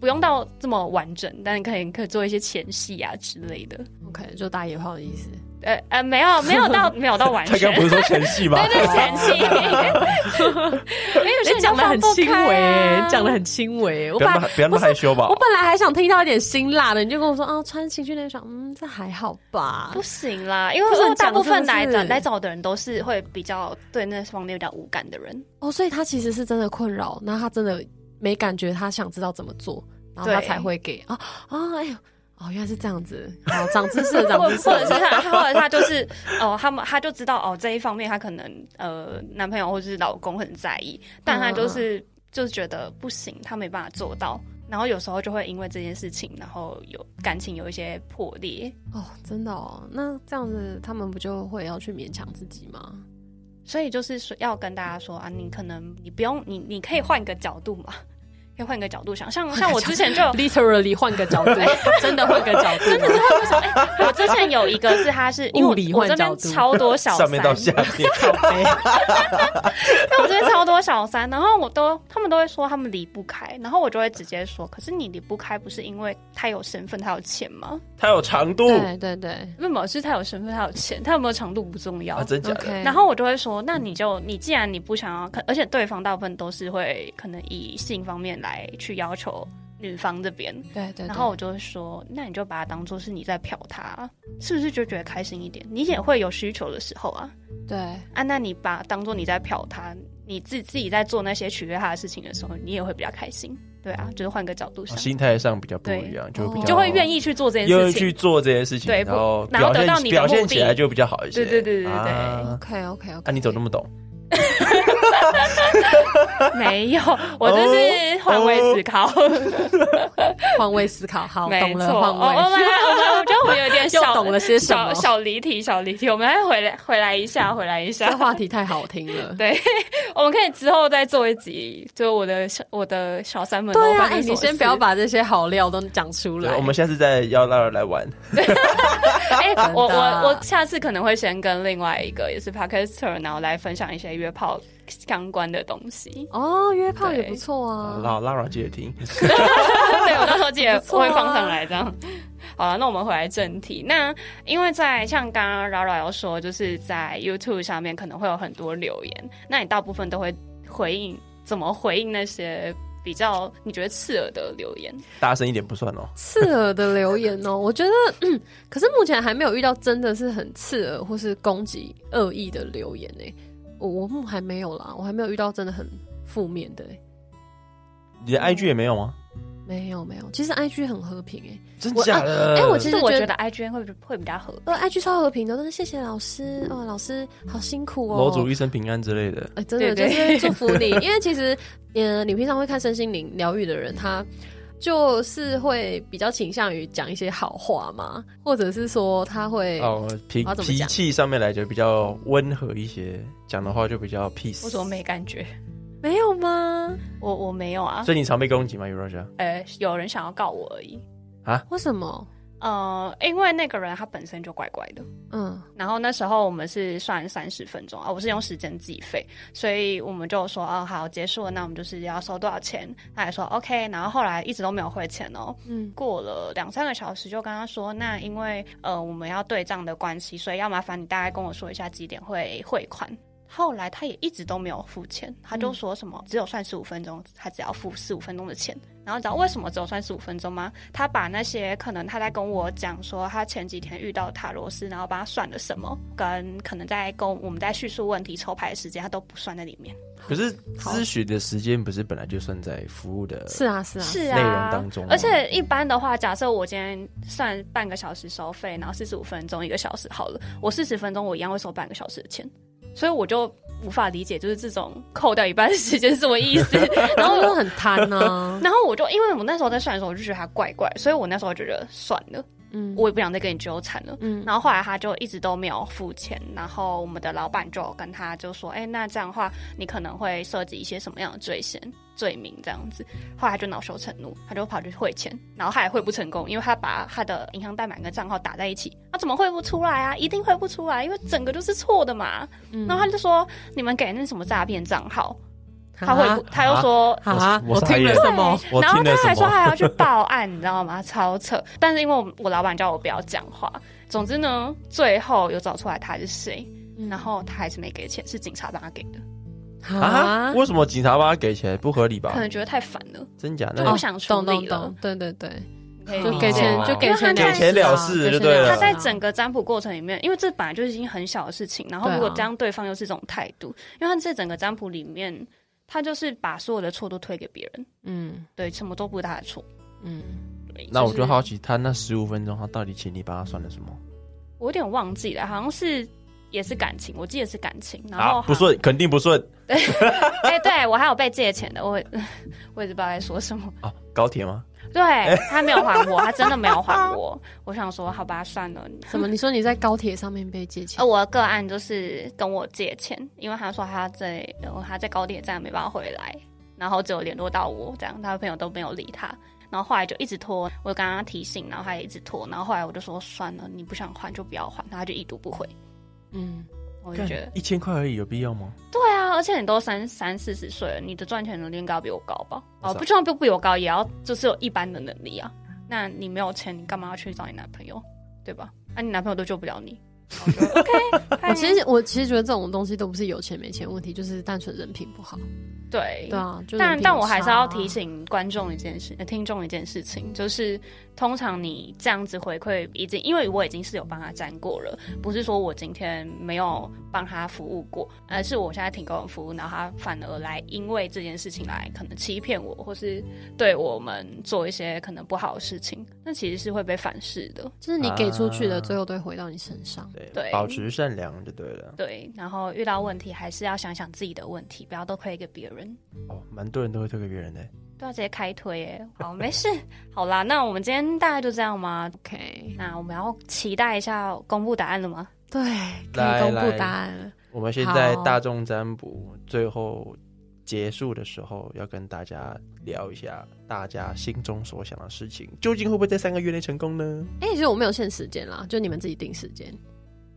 Speaker 1: 不用到这么完整，但可以可以做一些前戏啊之类的。
Speaker 3: OK，就打野炮的意思。
Speaker 1: 呃呃，没有没有到没有到完
Speaker 2: 他
Speaker 1: 全
Speaker 2: 刚，不是说前戏吗？
Speaker 1: 对前戏， 没有
Speaker 3: 你
Speaker 1: 些
Speaker 3: 讲的很轻微，讲的
Speaker 1: 的
Speaker 3: 很轻微。我
Speaker 2: 不要那么
Speaker 3: 本来
Speaker 2: 不要那么害羞吧
Speaker 3: 我？本来还想听到一点辛辣的，你就跟我说哦，穿情趣内衣，想嗯，这还好吧
Speaker 1: 不。行啦，因为
Speaker 3: 不是
Speaker 1: 因为
Speaker 3: 很
Speaker 1: 大
Speaker 3: 讲
Speaker 1: 部分
Speaker 3: 是不
Speaker 1: 来
Speaker 3: 是
Speaker 1: 的来找的人都是会比较对那方面比较无感的人，
Speaker 3: 哦，所以他其实是真的困扰，那他真的没感觉，他想知道怎么做，然后他
Speaker 1: 对
Speaker 3: 才会给啊啊，哎呦，哦，原来是这样子，好，长知识 了，长
Speaker 1: 或或
Speaker 3: 知识
Speaker 1: 者
Speaker 3: 了
Speaker 1: 是。他，或者是他就是哦，他们他就
Speaker 3: 嗯
Speaker 1: 知道哦这一方面他可能呃男朋友或者是老公很在意，但他就是就是觉得不行，他没办法做到。然后有时候就会因为这件事情，然后有感情有一些破裂。
Speaker 3: 哦，真的哦，那这样子他们不就会要去勉强自己吗？
Speaker 1: 所以就是说要跟大家说啊，你可能你不用你你可以换个角度嘛，可以换个角度想，像像我之前就有
Speaker 3: literally 换个角度， 真的换个角度， 真的
Speaker 1: 就是会说，哎、我之前有一个是他是因为
Speaker 3: 物理
Speaker 1: 我我
Speaker 3: 换
Speaker 1: 这
Speaker 3: 角
Speaker 1: 边
Speaker 3: 度
Speaker 1: 超多小三，
Speaker 2: 上面到下面，
Speaker 1: 但我这边超多小三，然后我都他们都会说他们离不开，然后我就会直接说，可是你离不开不是因为他有身份他有钱吗？
Speaker 2: 它有长度，啊
Speaker 3: 对对对
Speaker 1: 为什么是他有身份他有钱，他有没有长度不重要。
Speaker 2: 啊，真假的？
Speaker 3: ，OK。
Speaker 1: 然后我就会说，那你就你既然你不想要，可而且对方大部分都是会可能以性方面来去要求女方这边，
Speaker 3: 对对对，
Speaker 1: 然后我就会说，那你就把它当做是你在嫖他，是不是就觉得开心一点？你也会有需求的时候啊。
Speaker 3: 对
Speaker 1: 啊，那你把当做你在嫖他，你自自己在做那些取悦他的事情的时候，你也会比较开心，对啊，就是换个角度
Speaker 2: 哦
Speaker 1: 想，
Speaker 2: 心态上比较不一样，就
Speaker 3: 对
Speaker 2: 比较
Speaker 3: 你
Speaker 1: 哦就会愿
Speaker 2: 意
Speaker 1: 意去做这件
Speaker 2: 愿意
Speaker 1: 事
Speaker 2: 去
Speaker 1: 情。
Speaker 2: 做这些事情，
Speaker 1: 对不
Speaker 2: 然后
Speaker 1: 然后
Speaker 2: 表
Speaker 1: 得到
Speaker 2: 现
Speaker 1: 你的
Speaker 2: 表现
Speaker 1: 目的
Speaker 2: 起来就比较好一些。
Speaker 1: 对对对对对
Speaker 2: 啊
Speaker 3: ，OK OK OK。
Speaker 2: 啊，你怎么那么懂？
Speaker 1: 没有，我
Speaker 2: 哦
Speaker 1: 就是换位思考，
Speaker 3: 换位思考？ 好，
Speaker 1: 没
Speaker 3: 懂
Speaker 1: 错。
Speaker 3: 了，
Speaker 1: 哦
Speaker 3: 换
Speaker 1: 我们我
Speaker 3: 位。
Speaker 1: 们我觉得我们有 点
Speaker 3: 又
Speaker 1: 小
Speaker 3: 懂了些什么
Speaker 1: 小小离题，小离题，我们来回来回来一下，回来一 下
Speaker 3: 这。话题太好听了。
Speaker 1: 对，我们可以之后再做一集，就我的小我的小三们。哦
Speaker 3: 对
Speaker 1: 然后
Speaker 3: 啊，
Speaker 1: 发
Speaker 3: 哎，
Speaker 1: 生什
Speaker 3: 你
Speaker 1: 么
Speaker 3: 先
Speaker 1: 事
Speaker 3: 不要把这些好料都讲出
Speaker 2: 对
Speaker 3: 来。，
Speaker 2: 我们下次再邀拉尔来玩。
Speaker 1: 哎、我
Speaker 3: 真的。
Speaker 1: 我我下次可能会先跟另外一个也是 podcaster，然后来分享一些约炮相关的东西
Speaker 3: 哦，约炮也
Speaker 1: 对
Speaker 3: 不错
Speaker 1: 哦
Speaker 3: 啊。
Speaker 2: 拉拉尔记得 听，
Speaker 1: 对，我到时候记得
Speaker 3: 不错啊
Speaker 1: 会放上来这样。好了，那我们回来正题。那因为在像刚刚 Rara 有说，就是在 YouTube 上面可能会有很多留言，那你大部分都会回应怎么回应那些比较你觉得刺耳的留言？
Speaker 2: 大声一点不算哦。
Speaker 3: 刺耳的留言哦，我觉得，嗯可是目前还没有遇到真的是很刺耳或是攻击恶意的留言呢。我我目还没有啦，我还没有遇到真的很负面的欸。
Speaker 2: 你
Speaker 1: 哦
Speaker 2: 的 IG 也没有吗？
Speaker 3: 没有没有，其实 IG 很和平欸诶、
Speaker 2: 真
Speaker 3: 我
Speaker 2: 假的？
Speaker 3: 哎我其
Speaker 1: 其
Speaker 3: 实
Speaker 1: 实啊我
Speaker 3: 觉
Speaker 1: 觉得 IGN 会会比较合。
Speaker 3: 呃，IG 超和平的，但是谢谢老师哦，老师好辛苦哦。
Speaker 2: 楼主一生平安之类的。
Speaker 3: 哎、真的
Speaker 1: 对
Speaker 3: 就是祝福你，因为其实，嗯、你平常会看身心灵疗愈的人，他就是会比较倾向于讲一些好话嘛，或者是说他会，
Speaker 2: 哦，脾
Speaker 3: 我要怎么
Speaker 2: 脾
Speaker 3: 讲
Speaker 2: 气上面来就比较温和一些，讲的话就比较 peace。
Speaker 1: 我怎么没感觉？
Speaker 3: 没有吗？
Speaker 1: 我我没有啊，
Speaker 2: 所以你常被攻击吗 e u r o s i a
Speaker 1: 呃，有人想要告我而已。
Speaker 3: 为什么？
Speaker 1: 呃，因为那个人他本身就怪怪的。
Speaker 3: 嗯，
Speaker 1: 然后那时候我们是算三十分钟啊，我是用时间计费，所以我们就说哦好结束了，那我们就是要收多少钱？他也说 OK，然后后来一直都没有汇钱哦。
Speaker 3: 嗯，
Speaker 1: 过了两三个小时就跟他说，那因为呃我们要对账的关系，所以要麻烦你大概跟我说一下几点会汇款。后来他也一直都没有付钱，他就说什么、只有算十五分钟，他只要付十五分钟的钱。然后你知道为什么只有算十五分钟吗？他把那些可能他在跟我讲说他前几天遇到塔罗斯，然后帮他算了什么，跟可能在跟我们在叙述问题抽牌的时间，他都不算在里面。
Speaker 2: 可是咨询的时间不是本来就算在服务的？
Speaker 3: 是啊，是啊，
Speaker 1: 是
Speaker 2: 内容当中吗
Speaker 1: 而且一般的话，假设我今天算半个小时收费，然后四十五分钟一个小时好了，我四十分钟我一样会收半个小时的钱，所以我就无法理解，就是这种扣掉一半的时间是什么意思。然
Speaker 3: 然
Speaker 1: 后
Speaker 3: 后
Speaker 1: 我
Speaker 3: 又很贪啊呢、
Speaker 1: 然后我就因为啊 我那时候在算的时候，我就觉得他怪怪，所以我那时候觉得算了，
Speaker 3: 嗯，
Speaker 1: 我也不想再跟你纠缠了。
Speaker 3: 嗯
Speaker 1: 然后后来他就一直都没有付钱，然后我们的老板就跟他就说：“哎，那这样的话，你可能会涉及一些什么样的罪嫌、罪名这样子。”后来他就恼羞成怒，他就跑去汇钱，然后他也汇不成功，因为他把他的银行代码跟账号打在一起，他怎么汇不出来啊？一定汇不出来，因为整个就是错的嘛。
Speaker 3: 嗯
Speaker 1: 然后他就说：“你们给那什么诈骗账号？”他
Speaker 3: 啊
Speaker 1: 会，他又说
Speaker 3: 啊，
Speaker 2: 我
Speaker 3: 我听了
Speaker 2: 我
Speaker 3: 什么？
Speaker 2: 我
Speaker 1: 然后
Speaker 2: 听了
Speaker 1: 他还
Speaker 2: 什
Speaker 1: 说
Speaker 2: 么？
Speaker 1: 还要去报案，你知道吗？超扯！但是因为我我老板叫我不要讲话，总之呢，最后有找出来他是谁，
Speaker 3: 嗯
Speaker 1: 然后他还是没给钱，是警察帮他给的，
Speaker 2: 啊？
Speaker 3: 啊，
Speaker 2: 为什么警察把他给钱？不合理吧
Speaker 1: 可？能觉得太烦了，
Speaker 2: 真假？
Speaker 1: 就哦
Speaker 2: 那
Speaker 1: 不想处
Speaker 3: 懂哦懂
Speaker 1: 理了
Speaker 3: 懂，，对对对，
Speaker 1: 你可以
Speaker 3: 就
Speaker 1: 理
Speaker 3: 给
Speaker 1: 解
Speaker 3: 钱
Speaker 1: 吗
Speaker 3: 就给钱
Speaker 1: 因为他在
Speaker 2: 给钱了事
Speaker 3: 啊
Speaker 2: 就对了
Speaker 1: 他在
Speaker 3: 整
Speaker 1: 整个占卜过程里面，因为这本来就是已经很小的事情，然后
Speaker 3: 对啊
Speaker 1: 如果这样对方又是这种态度，因为他在整个占卜里面，他就是把所有的错都推给别人，
Speaker 3: 嗯
Speaker 1: 对，什么都不是他的错。
Speaker 3: 嗯，
Speaker 1: 对
Speaker 2: 那我
Speaker 1: 是
Speaker 2: 就好奇，他那十五分钟他到底请你帮他算了什么？
Speaker 1: 我有点忘记了，好像是也是感情，我记得是感情，然后
Speaker 2: 啊，不
Speaker 1: 好像
Speaker 2: 顺，肯定不顺
Speaker 1: 哎、对我还有被借钱的，我我也是不知道在说什么。
Speaker 2: 啊！高铁吗？
Speaker 1: 对他没有还我，他真的没有还我。我想说，好吧，算了。
Speaker 3: 什么？你说你在高铁上面被借钱
Speaker 1: 呃，？我的个案就是跟我借钱，因为他说他在呃他在高铁站没办法回来，然后只有联络到我，这样他的朋友都没有理他。然后后来就一直拖，我刚刚提醒，然后他也一直拖，然后后来我就说算了，你不想还就不要还，他就一读不回。
Speaker 3: 嗯，
Speaker 1: 我就觉得
Speaker 2: 一千块而已，有必要吗？
Speaker 1: 对啊，而且你都三三四十岁了，你的赚钱能力应该要比我高吧？
Speaker 2: 我
Speaker 3: 啊
Speaker 1: 哦，
Speaker 2: 知道
Speaker 1: 不就算不比我高，也要就是有一般的能力啊。那你没有钱，你干嘛要去找你男朋友，对吧？那、你男朋友都救不了你。我就 OK，
Speaker 3: 我其实我其实觉得这种东西都不是有钱没钱的问题，就是单纯人品不好。
Speaker 1: 对
Speaker 3: 对啊，就人
Speaker 1: 但
Speaker 3: 品
Speaker 1: 但
Speaker 3: 有
Speaker 1: 我还是
Speaker 3: 差
Speaker 1: 要
Speaker 3: 啊
Speaker 1: 提，醒观众一件事，呃听众一件事情，就是通常你这样子回馈已经，因为我已经是有帮他占过了，不是说我今天没有帮他服务过，而是我现在提供服务，然后他反而来因为这件事情来可能欺骗我，或是对我们做一些可能不好的事情，那其实是会被反噬的。
Speaker 3: 就是你给出去
Speaker 2: 啊
Speaker 3: 的，最后都会回到你身上。
Speaker 2: 对，
Speaker 1: 对
Speaker 2: 保持善良就对了。
Speaker 1: 对，然后遇到问题还是要想想自己的问题，不要都推给别人。
Speaker 2: 哦，蛮多人都会推给别人的。
Speaker 1: 都要直接开推耶、好，没事， 好啦，那我们今天大概就这样吗？
Speaker 3: OK，
Speaker 1: 那我们要期待一下公布答案了吗？
Speaker 3: 对，可
Speaker 2: 来
Speaker 3: 以公
Speaker 2: 来
Speaker 3: 布答案了。
Speaker 2: 我们现在
Speaker 3: 好
Speaker 2: 大众占卜最后结束的时候，要跟大家聊一下大家心中所想的事情，究竟会不会在三个月内成功呢？
Speaker 3: 哎、其实我没有限时间啦，就你们自己定时间。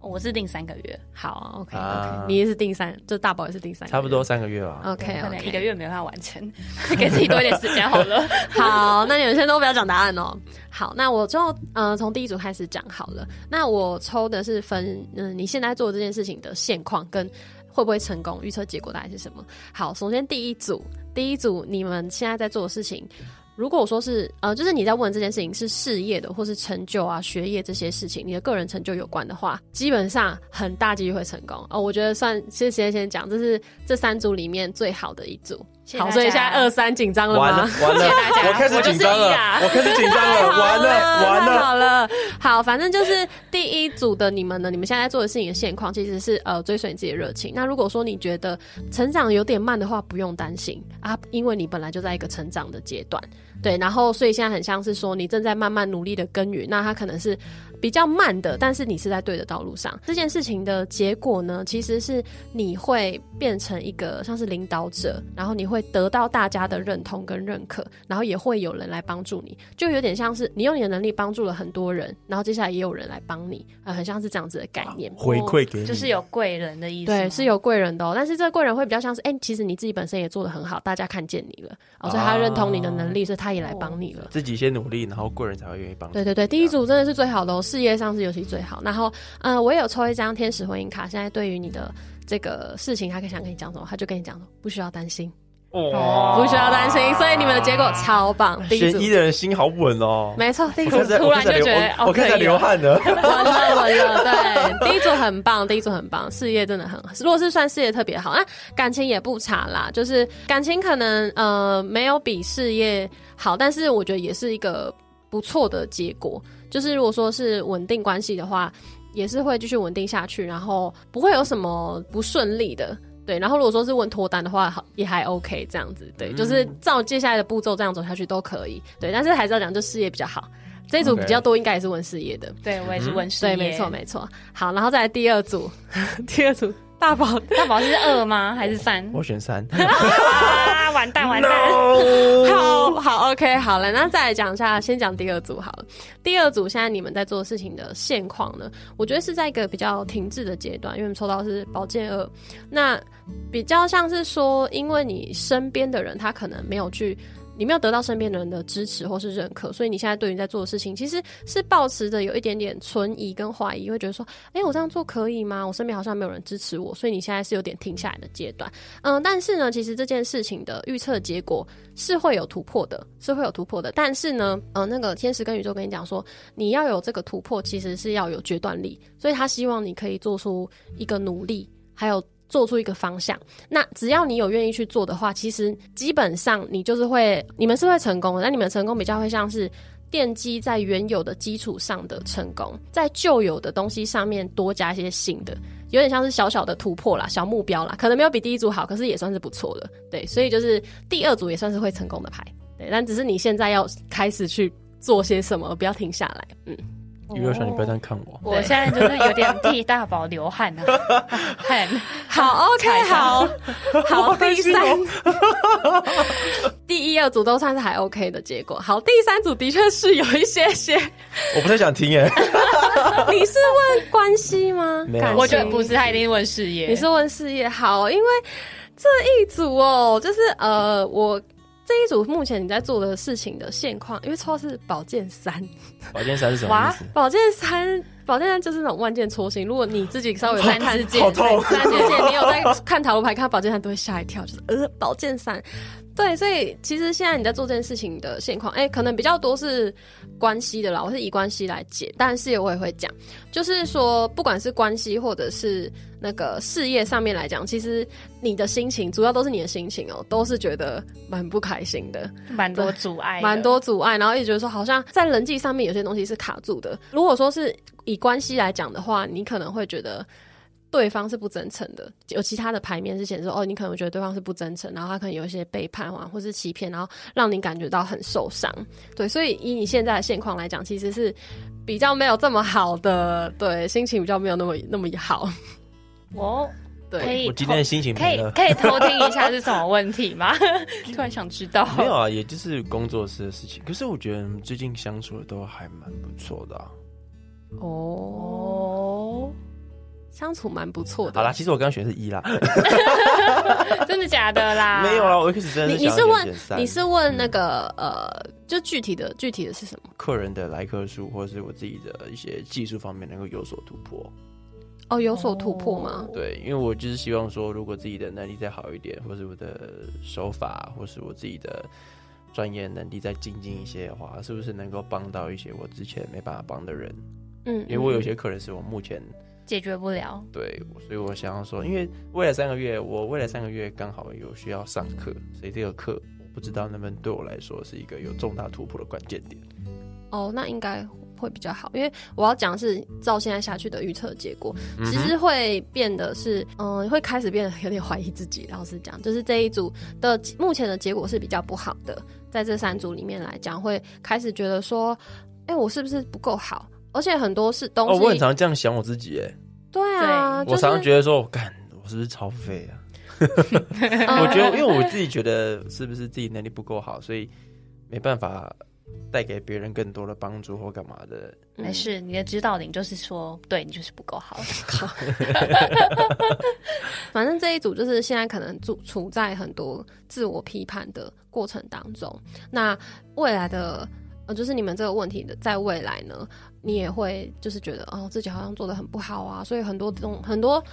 Speaker 1: 我是定三个月，
Speaker 3: 好啊，OK，OK，、
Speaker 2: 啊
Speaker 3: 你也是定三，就大宝也是定三，
Speaker 2: 差不多。三个月哦吧。
Speaker 3: OK
Speaker 1: 可能
Speaker 3: OK，
Speaker 1: 一个月没办法完成， 给自己多一点时间好 了。
Speaker 3: 好，那你们先都不要讲答案哦。好，那我就呃从第一组开始讲好了。那我抽的是分嗯、你现在做这件事情的现况跟会不会成功，预测结果大概是什么。好，首先第一组，第一组你们现在在做的事情。如果说是呃，就是你在问这件事情是事业的，或是成就啊、学业这些事情，你的个人成就有关的话，基本上很大几率会成功哦。我觉得算，先先先讲，这是这三组里面最好的一组。
Speaker 1: 谢谢
Speaker 3: 好，
Speaker 1: 大
Speaker 3: 所以
Speaker 1: 家
Speaker 3: 现在二三紧张了吗？
Speaker 2: 完了完了，
Speaker 1: 家
Speaker 2: 我开始紧张了
Speaker 1: 我就是一啊，
Speaker 2: 我开始紧张了， 完了完
Speaker 3: 太
Speaker 2: 了。
Speaker 3: 好了，好，反正就是第一组的你们呢，你们现在做的事情的现况其实是呃追随你自己的热情。那如果说你觉得成长有点慢的话，不用担心啊，因为你本来就在一个成长的阶段，对。然后所以现在很像是说你正在慢慢努力的耕耘，那它可能是比较慢的，但是你是在对的道路上。这件事情的结果呢，其实是你会变成一个像是领导者，然后你会得到大家的认同跟认可，然后也会有人来帮助你，就有点像是你用你的能力帮助了很多人，然后接下来也有人来帮你，呃，很像是这样子的概念。
Speaker 2: 回馈给你，
Speaker 1: 就是有贵人的意思吗，
Speaker 3: 对，是有贵人的哦，但是这个贵人会比较像是，哎、其实你自己本身也做得很好，大家看见你了，哦，所以
Speaker 1: 啊
Speaker 3: 他认同你的能力，所以他也来帮你了。
Speaker 2: 自己先努力，然后贵人才会愿意帮。
Speaker 3: 对对对，第一组真的是最好的、哦，事业上是尤其最好。然后，呃，我也有抽一张天使婚姻卡，现在对于你的这个事情，他可以想跟你讲什么，他就跟你讲什么，不需要担心，
Speaker 2: 哇
Speaker 3: 不需要担心。所以你们的结果超棒，第一组
Speaker 2: 哦悬。一的人心好稳哦。
Speaker 3: 没错，第一
Speaker 2: 我
Speaker 3: 组
Speaker 2: 开始在
Speaker 1: 突然就
Speaker 2: 我开始在
Speaker 1: 觉得
Speaker 2: 流我
Speaker 1: 哦
Speaker 2: 我开始在
Speaker 1: 可以
Speaker 2: 流
Speaker 1: 了
Speaker 2: 汗 了。
Speaker 3: 完了完了，对，第一组很棒，第一组很棒，事业真的很好，如果是算事业特别好，那感情也不差啦，就是感情可能呃没有比事业好，但是我觉得也是一个不错的结果，就是如果说是稳定关系的话，也是会继续稳定下去，然后不会有什么不顺利的。对，然后如果说是问脱单的话，好也还 OK 这样子，对，
Speaker 2: 嗯
Speaker 3: 就是照接下来的步骤这样走下去都可以，对，但是还是要讲就事业比较好，这一组比较
Speaker 2: OK
Speaker 3: 多应该也是问事业的，
Speaker 1: 对我也是问世
Speaker 3: 嗯对，没错，没错。好，然后再来第二组， 第二组大宝
Speaker 1: 大宝是二吗？还是三？
Speaker 2: 我选三。
Speaker 1: 啊，完蛋完蛋！
Speaker 3: 好好 OK 好了，那再来讲一下，先讲第二组好了。第二组现在你们在做的事情的现况呢，我觉得是在一个比较停滞的阶段，因为我们抽到的是宝剑二，那比较像是说，因为你身边的人他可能没有去。你没有得到身边的人的支持或是认可，所以你现在对于你在做的事情，其实是抱持着有一点点存疑跟怀疑，会觉得说，哎、我这样做可以吗？我身边好像没有人支持我，所以你现在是有点停下来的阶段。嗯，但是呢，其实这件事情的预测结果是会有突破的，是会有突破的。但是呢，呃，那个天使跟宇宙跟你讲说，你要有这个突破，其实是要有决断力，所以他希望你可以做出一个努力，还有。做出一个方向，那只要你有愿意去做的话，其实基本上你就是会，你们是会成功的。那你们成功比较会像是奠基在原有的基础上的成功，在旧有的东西上面多加一些新的，有点像是小小的突破啦，小目标啦，可能没有比第一组好，可是也算是不错的。对，所以就是第二组也算是会成功的牌。对，但只是你现在要开始去做些什么，不要停下来。嗯，
Speaker 2: 余若瑄，你不要这样看我。
Speaker 1: 我现在就是有点替大宝流汗 啊，汗。
Speaker 3: 好，OK，
Speaker 1: 踩踏
Speaker 3: 好， 好，
Speaker 2: 好
Speaker 3: 第
Speaker 2: 担心
Speaker 3: 三，第一、二组都算是还 OK 的结果。好，第三组的确是有一些 些。
Speaker 2: 我不太想 听哎、
Speaker 3: 你是问关系吗？
Speaker 2: 没有
Speaker 3: 感情
Speaker 1: 哦我觉得不是，他一定问事业。
Speaker 3: 你是问事业好，因为这一组哦，就是呃，我这一组目前你在做的事情的现况，因为抽到是宝剑三，
Speaker 2: 宝剑三是什么意思？
Speaker 3: 宝剑三，宝剑三就是那种万箭戳心。如果你自己稍微有在看
Speaker 1: 三
Speaker 2: 好痛
Speaker 3: 三姐姐，你有在看塔罗牌看宝剑三，都会吓一跳，就是呃，宝剑三。对，所以其实现在你在做这件事情的现况，哎、可能比较多是关系的啦，我是以关系来解，但是我也会讲，就是说，不管是关系或者是那个事业上面来讲，其实你的心情主要都是你的心情哦、都是觉得蛮不开心的，
Speaker 1: 蛮多阻碍的，
Speaker 3: 蛮多阻碍，然后也觉得说好像在人际上面有些东西是卡住的。如果说是以关系来讲的话，你可能会觉得。对方是不真诚的，有其他的牌面是显示说，哦，你可能觉得对方是不真诚，然后他可能有一些背叛啊，或是欺骗，然后让你感觉到很受伤。对，所以以你现在的现况来讲，其实是比较没有这么好的，对，心情比较没有那么那么好。
Speaker 1: 我可
Speaker 3: 对，
Speaker 1: 以
Speaker 2: 我今天的心情
Speaker 1: 可
Speaker 2: 没
Speaker 1: 以
Speaker 2: 了。
Speaker 1: 可以偷听一下是什么问 题吗？突然想知道。
Speaker 2: 没有
Speaker 3: 哦
Speaker 2: 啊，也就是工作室的事情。可是我觉得我们最近相处的都还蛮不错的、啊。
Speaker 3: 哦，
Speaker 1: 哦，
Speaker 3: 相处蛮不错的。
Speaker 2: 好啦，其实我刚刚选的是一啦，
Speaker 1: 真的假的啦？
Speaker 2: 没有啊啦，，我一开始真的
Speaker 3: 啊你你
Speaker 2: 想
Speaker 3: 是
Speaker 2: 要
Speaker 3: 问
Speaker 2: 选三
Speaker 3: 你是问那个、呃，就具体的具体的是什么？
Speaker 2: 客人的来客数，或者是我自己的一些技术方面能够有所突破。
Speaker 3: 哦，有所突破吗？
Speaker 1: 哦
Speaker 2: 对，因为我就是希望说，如果自己的能力再好一点，或是我的手法，或是我自己的专业能力再精进一些的话，是不是能够帮到一些我之前没办法帮的人？
Speaker 3: 嗯，
Speaker 2: 因为我有
Speaker 3: 嗯
Speaker 2: 些客人是我目前
Speaker 1: 解决不了。
Speaker 2: 对，所以我想要说，因为未来三个月，我未来三个月刚好有需要上课，所以这个课我不知道能不能对我来说是一个有重大突破的关键点。
Speaker 3: 哦，那应该会比较好，因为我要讲的是照现在下去的预测结果，
Speaker 2: 嗯哼
Speaker 3: 其实会变得是，嗯、会开始变得有点怀疑自己。老实讲，就是这一组的目前的结果是比较不好的，在这三组里面来讲，会开始觉得说，哎、我是不是不够好？而且很多是东
Speaker 2: 哦，
Speaker 3: 西，
Speaker 2: 我很常这样想我自己，哎，
Speaker 3: 对啊，
Speaker 2: 我常常
Speaker 3: 就是
Speaker 2: 觉得说，我干，我是不是超废啊？
Speaker 3: 嗯
Speaker 2: 我觉得，因为我自己觉得是不是自己能力不够好，所以没办法带给别人更多的帮助或干嘛的。
Speaker 3: 嗯
Speaker 1: 没事，你的指导灵就是说，对你就是不够 好。
Speaker 3: 反正这一组就是现在可能处处在很多自我批判的过程当中。那未来的呃，就是你们这个问题的，在未来呢，你也会就是觉得哦，自己好像做的很不好啊，所以很多东很多。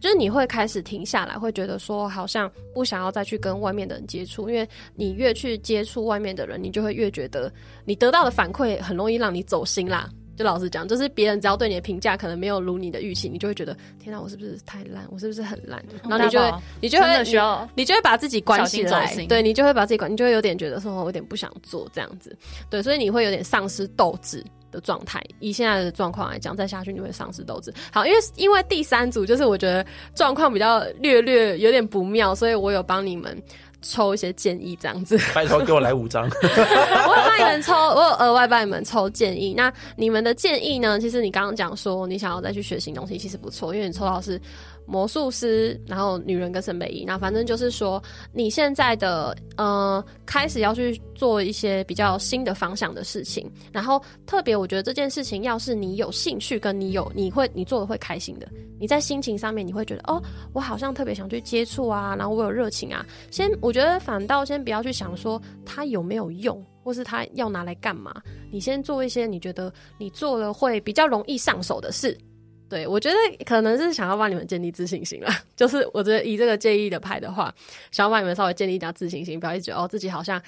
Speaker 3: 就是你会开始停下来，会觉得说好像不想要再去跟外面的人接触，因为你越去接触外面的人，你就会越觉得你得到的反馈很容易让你走心啦。就老实讲，就是别人只要对你的评价可能没有如你的预期，你就会觉得天哪，我是不是太烂？我是不是很烂？然后你就
Speaker 1: 大
Speaker 3: 会
Speaker 1: 宝
Speaker 3: 你就
Speaker 1: 真
Speaker 3: 会
Speaker 1: 的需要
Speaker 3: 你就会把自己关起
Speaker 1: 小
Speaker 3: 来
Speaker 1: 心走，心
Speaker 3: 对你就会把自己关，你就会有点觉得说，哦我有点不想做这样子，对，所以你会有点丧失斗志的状态。以现在的状况来讲，再下去你会丧失斗志。好，因为因为第三组就是我觉得状况比较略略有点不妙，所以我有帮你们抽一些建议这样子。
Speaker 2: 拜托给我来五 张，
Speaker 3: 我有帮你们抽，我有额外帮你们抽建议。那你们的建议呢？其实你刚刚讲说你想要再去学新东西，其实不错，因为你抽到的是魔术师，然后女人跟沈北一。那反正就是说，你现在的呃开始要去做一些比较新的方向的事情。然后特别，我觉得这件事情要是你有兴趣，跟你有你会你做的会开心的，你在心情上面你会觉得哦，我好像特别想去接触啊，然后我有热情啊，先，我觉得反倒先不要去想说它有没有用，或是它要拿来干嘛。你先做一些你觉得你做了会比较容易上手的事。对，我觉得可能是想要帮你们建立自信心啦。 就是我觉得以这个建议的牌的话，想要帮你们稍微建立一点自信心，不要一直觉得哦自己好像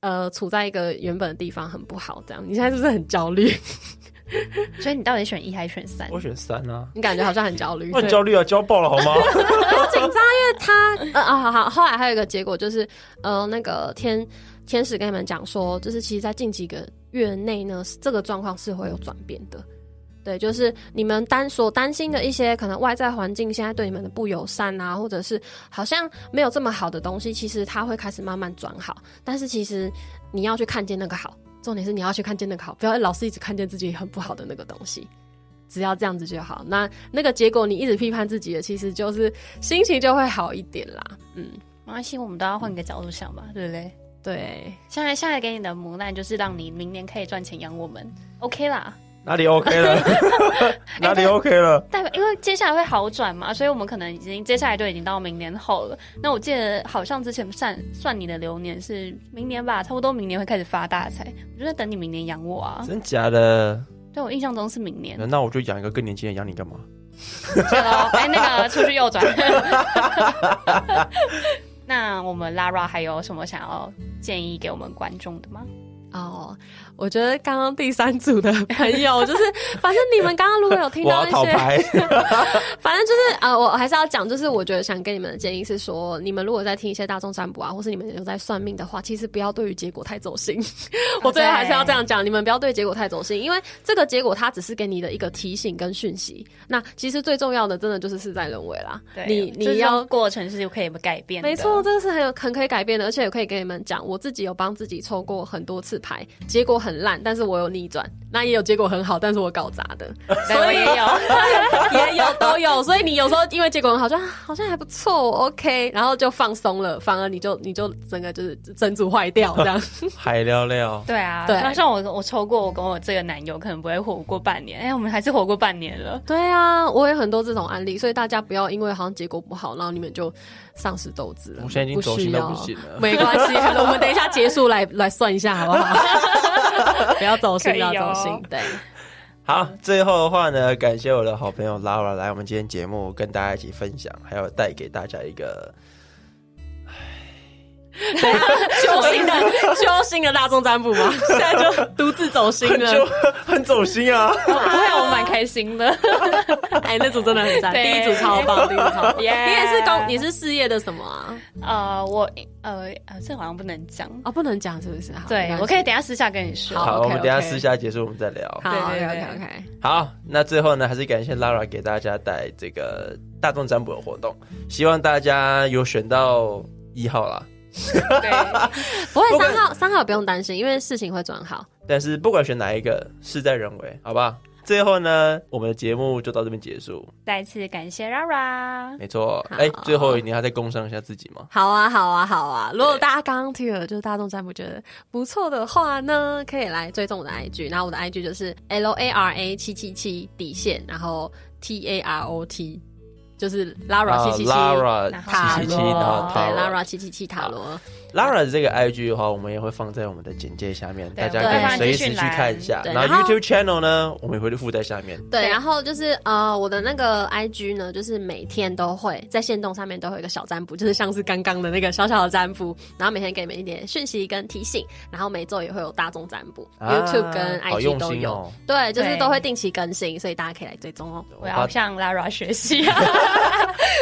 Speaker 3: 呃处在一个原本的地方很不好这样。你现在是不是很焦虑？
Speaker 1: 所以你到底选一还是选三？
Speaker 2: 我选三啊。
Speaker 3: 你感觉好像很焦虑，
Speaker 2: 我很
Speaker 3: 对
Speaker 2: 焦虑啊，焦爆了好吗？
Speaker 3: 很紧张，因为他呃啊好好，后来还有一个结果就是呃那个天天使跟你们讲说，就是其实，在近几个月内呢，这个状况是会有转变的。对，就是你们担所担心的一些可能外在环境现在对你们的不友善啊，或者是好像没有这么好的东西，其实它会开始慢慢转好。但是其实你要去看见那个好，重点是你要去看见那个好，不要老是一直看见自己很不好的那个东西。只要这样子就好，那那个结果你一直批判自己的，其实就是心情就会好一点啦。嗯，
Speaker 1: 没关系，我们都要换个角度想吧，对不对？
Speaker 3: 对，
Speaker 1: 现在现在给你的磨难就是让你明年可以赚钱养我们，OK 啦。
Speaker 2: 哪里 OK 了？
Speaker 3: 哎
Speaker 2: 哪里 OK 了？
Speaker 1: 代表因为接下来会好转嘛，所以我们可能已经接下来就已经到明年后了。那我记得好像之前算算你的流年是明年吧，差不多明年会开始发大财。我就在等你明年养我啊。
Speaker 2: 真假的？
Speaker 1: 对我印象中是明年。
Speaker 2: 那我就养一个更年轻的养你干嘛？
Speaker 1: 对喽，哎，那个出去右转。那我们 Lara 还有什么想要建议给我们观众的吗？
Speaker 3: 哦，我觉得刚刚第三组的朋友，就是反正你们刚刚如果有 听
Speaker 2: 我
Speaker 3: 到
Speaker 2: 要
Speaker 3: 一
Speaker 2: 讨
Speaker 3: 些，
Speaker 2: 牌。
Speaker 3: 反正就是呃，我还是要讲，就是我觉得想给你们的建议是说，你们如果在听一些大众占卜啊，或是你们有在算命的话，其实不要对于结果太走心。 我最后还是要这样讲，你们不要对结果太走心，因为这个结果它只是给你的一个提醒跟讯息。那其实最重要的，真的就是事在人为啦。
Speaker 1: 对，
Speaker 3: 你
Speaker 1: 这
Speaker 3: 你
Speaker 1: 种
Speaker 3: 要
Speaker 1: 过程是可以改变的，
Speaker 3: 没错，这个是很有很可以改变的，而且也可以跟你们讲，我自己有帮自己抽过很多次牌，结果很烂，但是我有逆转，那也有结果很好，但是我搞砸的，
Speaker 1: 对，所以也有。
Speaker 3: 也有都有，所以你有时候因为结果很好，就、啊、好像还不错，OK，然后就放松了，反而你就你就整个就是整组坏掉这样。
Speaker 2: 海聊聊，
Speaker 1: 对啊，
Speaker 3: 对
Speaker 1: 那像我我抽过，我跟我这个男友可能不会活过半年，哎、我们还是活过半年了。
Speaker 3: 对啊，我有很多这种案例，所以大家不要因为好像结果不好，然后你们就丧失斗志了。
Speaker 2: 我现在已经
Speaker 3: 不
Speaker 2: 走
Speaker 3: 需
Speaker 2: 心到
Speaker 3: 要
Speaker 2: 不行了
Speaker 3: 没关系，我们等一下结束来来算一下好不 好？不要走心，不
Speaker 1: 可以哦
Speaker 3: 要走心，对，
Speaker 2: 好，最后的话呢，感谢我的好朋友 Laura 来我们今天节目跟大家一起分享，还有带给大家一个
Speaker 3: 揪心的揪心的大众占卜 嘛，现在就独自走心
Speaker 2: 很就
Speaker 3: 了。
Speaker 2: 很走心啊。
Speaker 1: 不会，我蛮开心的。
Speaker 3: 哎，那组真的很赞，
Speaker 1: 对
Speaker 3: 第一组超 棒，第一组超棒。你
Speaker 1: Yeah
Speaker 3: 也是工，你是事业的什么啊？
Speaker 1: 呃，我呃呃，这好像不能讲。
Speaker 3: 啊，不能讲是不是？好没
Speaker 1: 对
Speaker 3: 关，系
Speaker 1: 我可以等一下私下跟你说。
Speaker 3: 好
Speaker 2: 好，我
Speaker 3: OK，
Speaker 2: 们等一下
Speaker 3: OK
Speaker 2: 私下结束，我们再聊。
Speaker 3: 好
Speaker 1: 对对对
Speaker 3: ，OK OK。
Speaker 2: 好，那最后呢，还是感谢 Lara 给大家带这个大众占卜的活动，希望大家有选到一号啦。
Speaker 1: 对，
Speaker 3: 不会
Speaker 2: 不过
Speaker 3: 三号，三号不用担心，因为事情会转好。
Speaker 2: 但是不管选哪一个，事在人为，好不好？最后呢，我们的节目就到这边结束。
Speaker 1: 再次感谢 Rara。
Speaker 2: 没错，
Speaker 3: 好
Speaker 2: 哎、最后你还在工商一下自己吗？
Speaker 3: 好啊，好啊，好啊！如果大家刚刚听了就是大众占卜觉得不错的话呢，可以来追踪我的 IG，然后我的 IG 就是 L A R A 七七七底线，然后 T A R O T，就是啊 Lara 七七七。
Speaker 2: 啊 Lara
Speaker 1: 然后
Speaker 3: 塔
Speaker 2: 七
Speaker 3: 罗，
Speaker 2: 七七，然后
Speaker 3: 对
Speaker 2: Tara
Speaker 3: ，Lara 七七七塔罗，
Speaker 2: Lara 的这个 IG 的话，我们也会放在我们的简介下面，
Speaker 1: 对
Speaker 2: 大家
Speaker 3: 我们会
Speaker 2: 可以
Speaker 3: 放
Speaker 2: 随
Speaker 1: 在
Speaker 2: 时
Speaker 1: 资
Speaker 2: 去
Speaker 1: 讯栏
Speaker 2: 看一下。
Speaker 3: 对
Speaker 2: 然后
Speaker 3: 然后
Speaker 2: YouTube channel 呢，我们也会附在下面。
Speaker 3: 对，
Speaker 1: 对
Speaker 3: 然后就是呃，我的那个 IG 呢，就是每天都会在线动上面都会有一个小占卜，就是像是刚刚的那个小小的占卜，然后每天给你们一点讯息跟提醒，然后每周也会有大众占卜、
Speaker 2: 啊
Speaker 3: y o u t u b e 跟
Speaker 2: 好
Speaker 3: IG
Speaker 2: 用
Speaker 3: 都
Speaker 2: 心
Speaker 3: 有，
Speaker 2: 哦！
Speaker 3: 对，就是
Speaker 1: 对
Speaker 3: 都会定期更新，所以大家可以来追踪哦。
Speaker 2: 我
Speaker 1: 我要
Speaker 2: 怕，
Speaker 1: 向 Lara 学 习啊！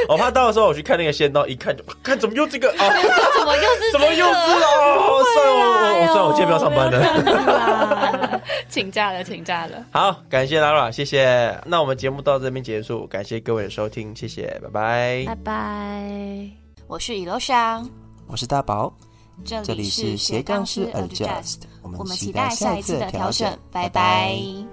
Speaker 2: 我怕到时候我去看那个线到一看就 看怎么又这个啊，
Speaker 1: 这怎么又是
Speaker 2: 怎么又这个啊？好算了，我我算了，我今天不要上班
Speaker 3: 哎
Speaker 2: 了。
Speaker 1: 请假了？请假了。
Speaker 2: 好，感谢 Lara，谢谢。那我们节目到这边结束，感谢各位的收听，谢谢，拜拜。
Speaker 3: 拜拜。
Speaker 4: 我是雨楼上，
Speaker 5: 我是大宝，
Speaker 4: 这
Speaker 5: 这里是斜杠式 Adjust，我
Speaker 4: 我
Speaker 5: 们
Speaker 4: 们
Speaker 5: 期
Speaker 4: 期
Speaker 5: 待
Speaker 4: 待
Speaker 5: 下
Speaker 4: 下
Speaker 5: 一
Speaker 4: 一
Speaker 5: 次
Speaker 4: 次
Speaker 5: 的
Speaker 4: 的
Speaker 5: 调
Speaker 4: 调
Speaker 5: 整
Speaker 4: 整，，
Speaker 5: 拜
Speaker 4: 拜
Speaker 5: 拜
Speaker 4: 拜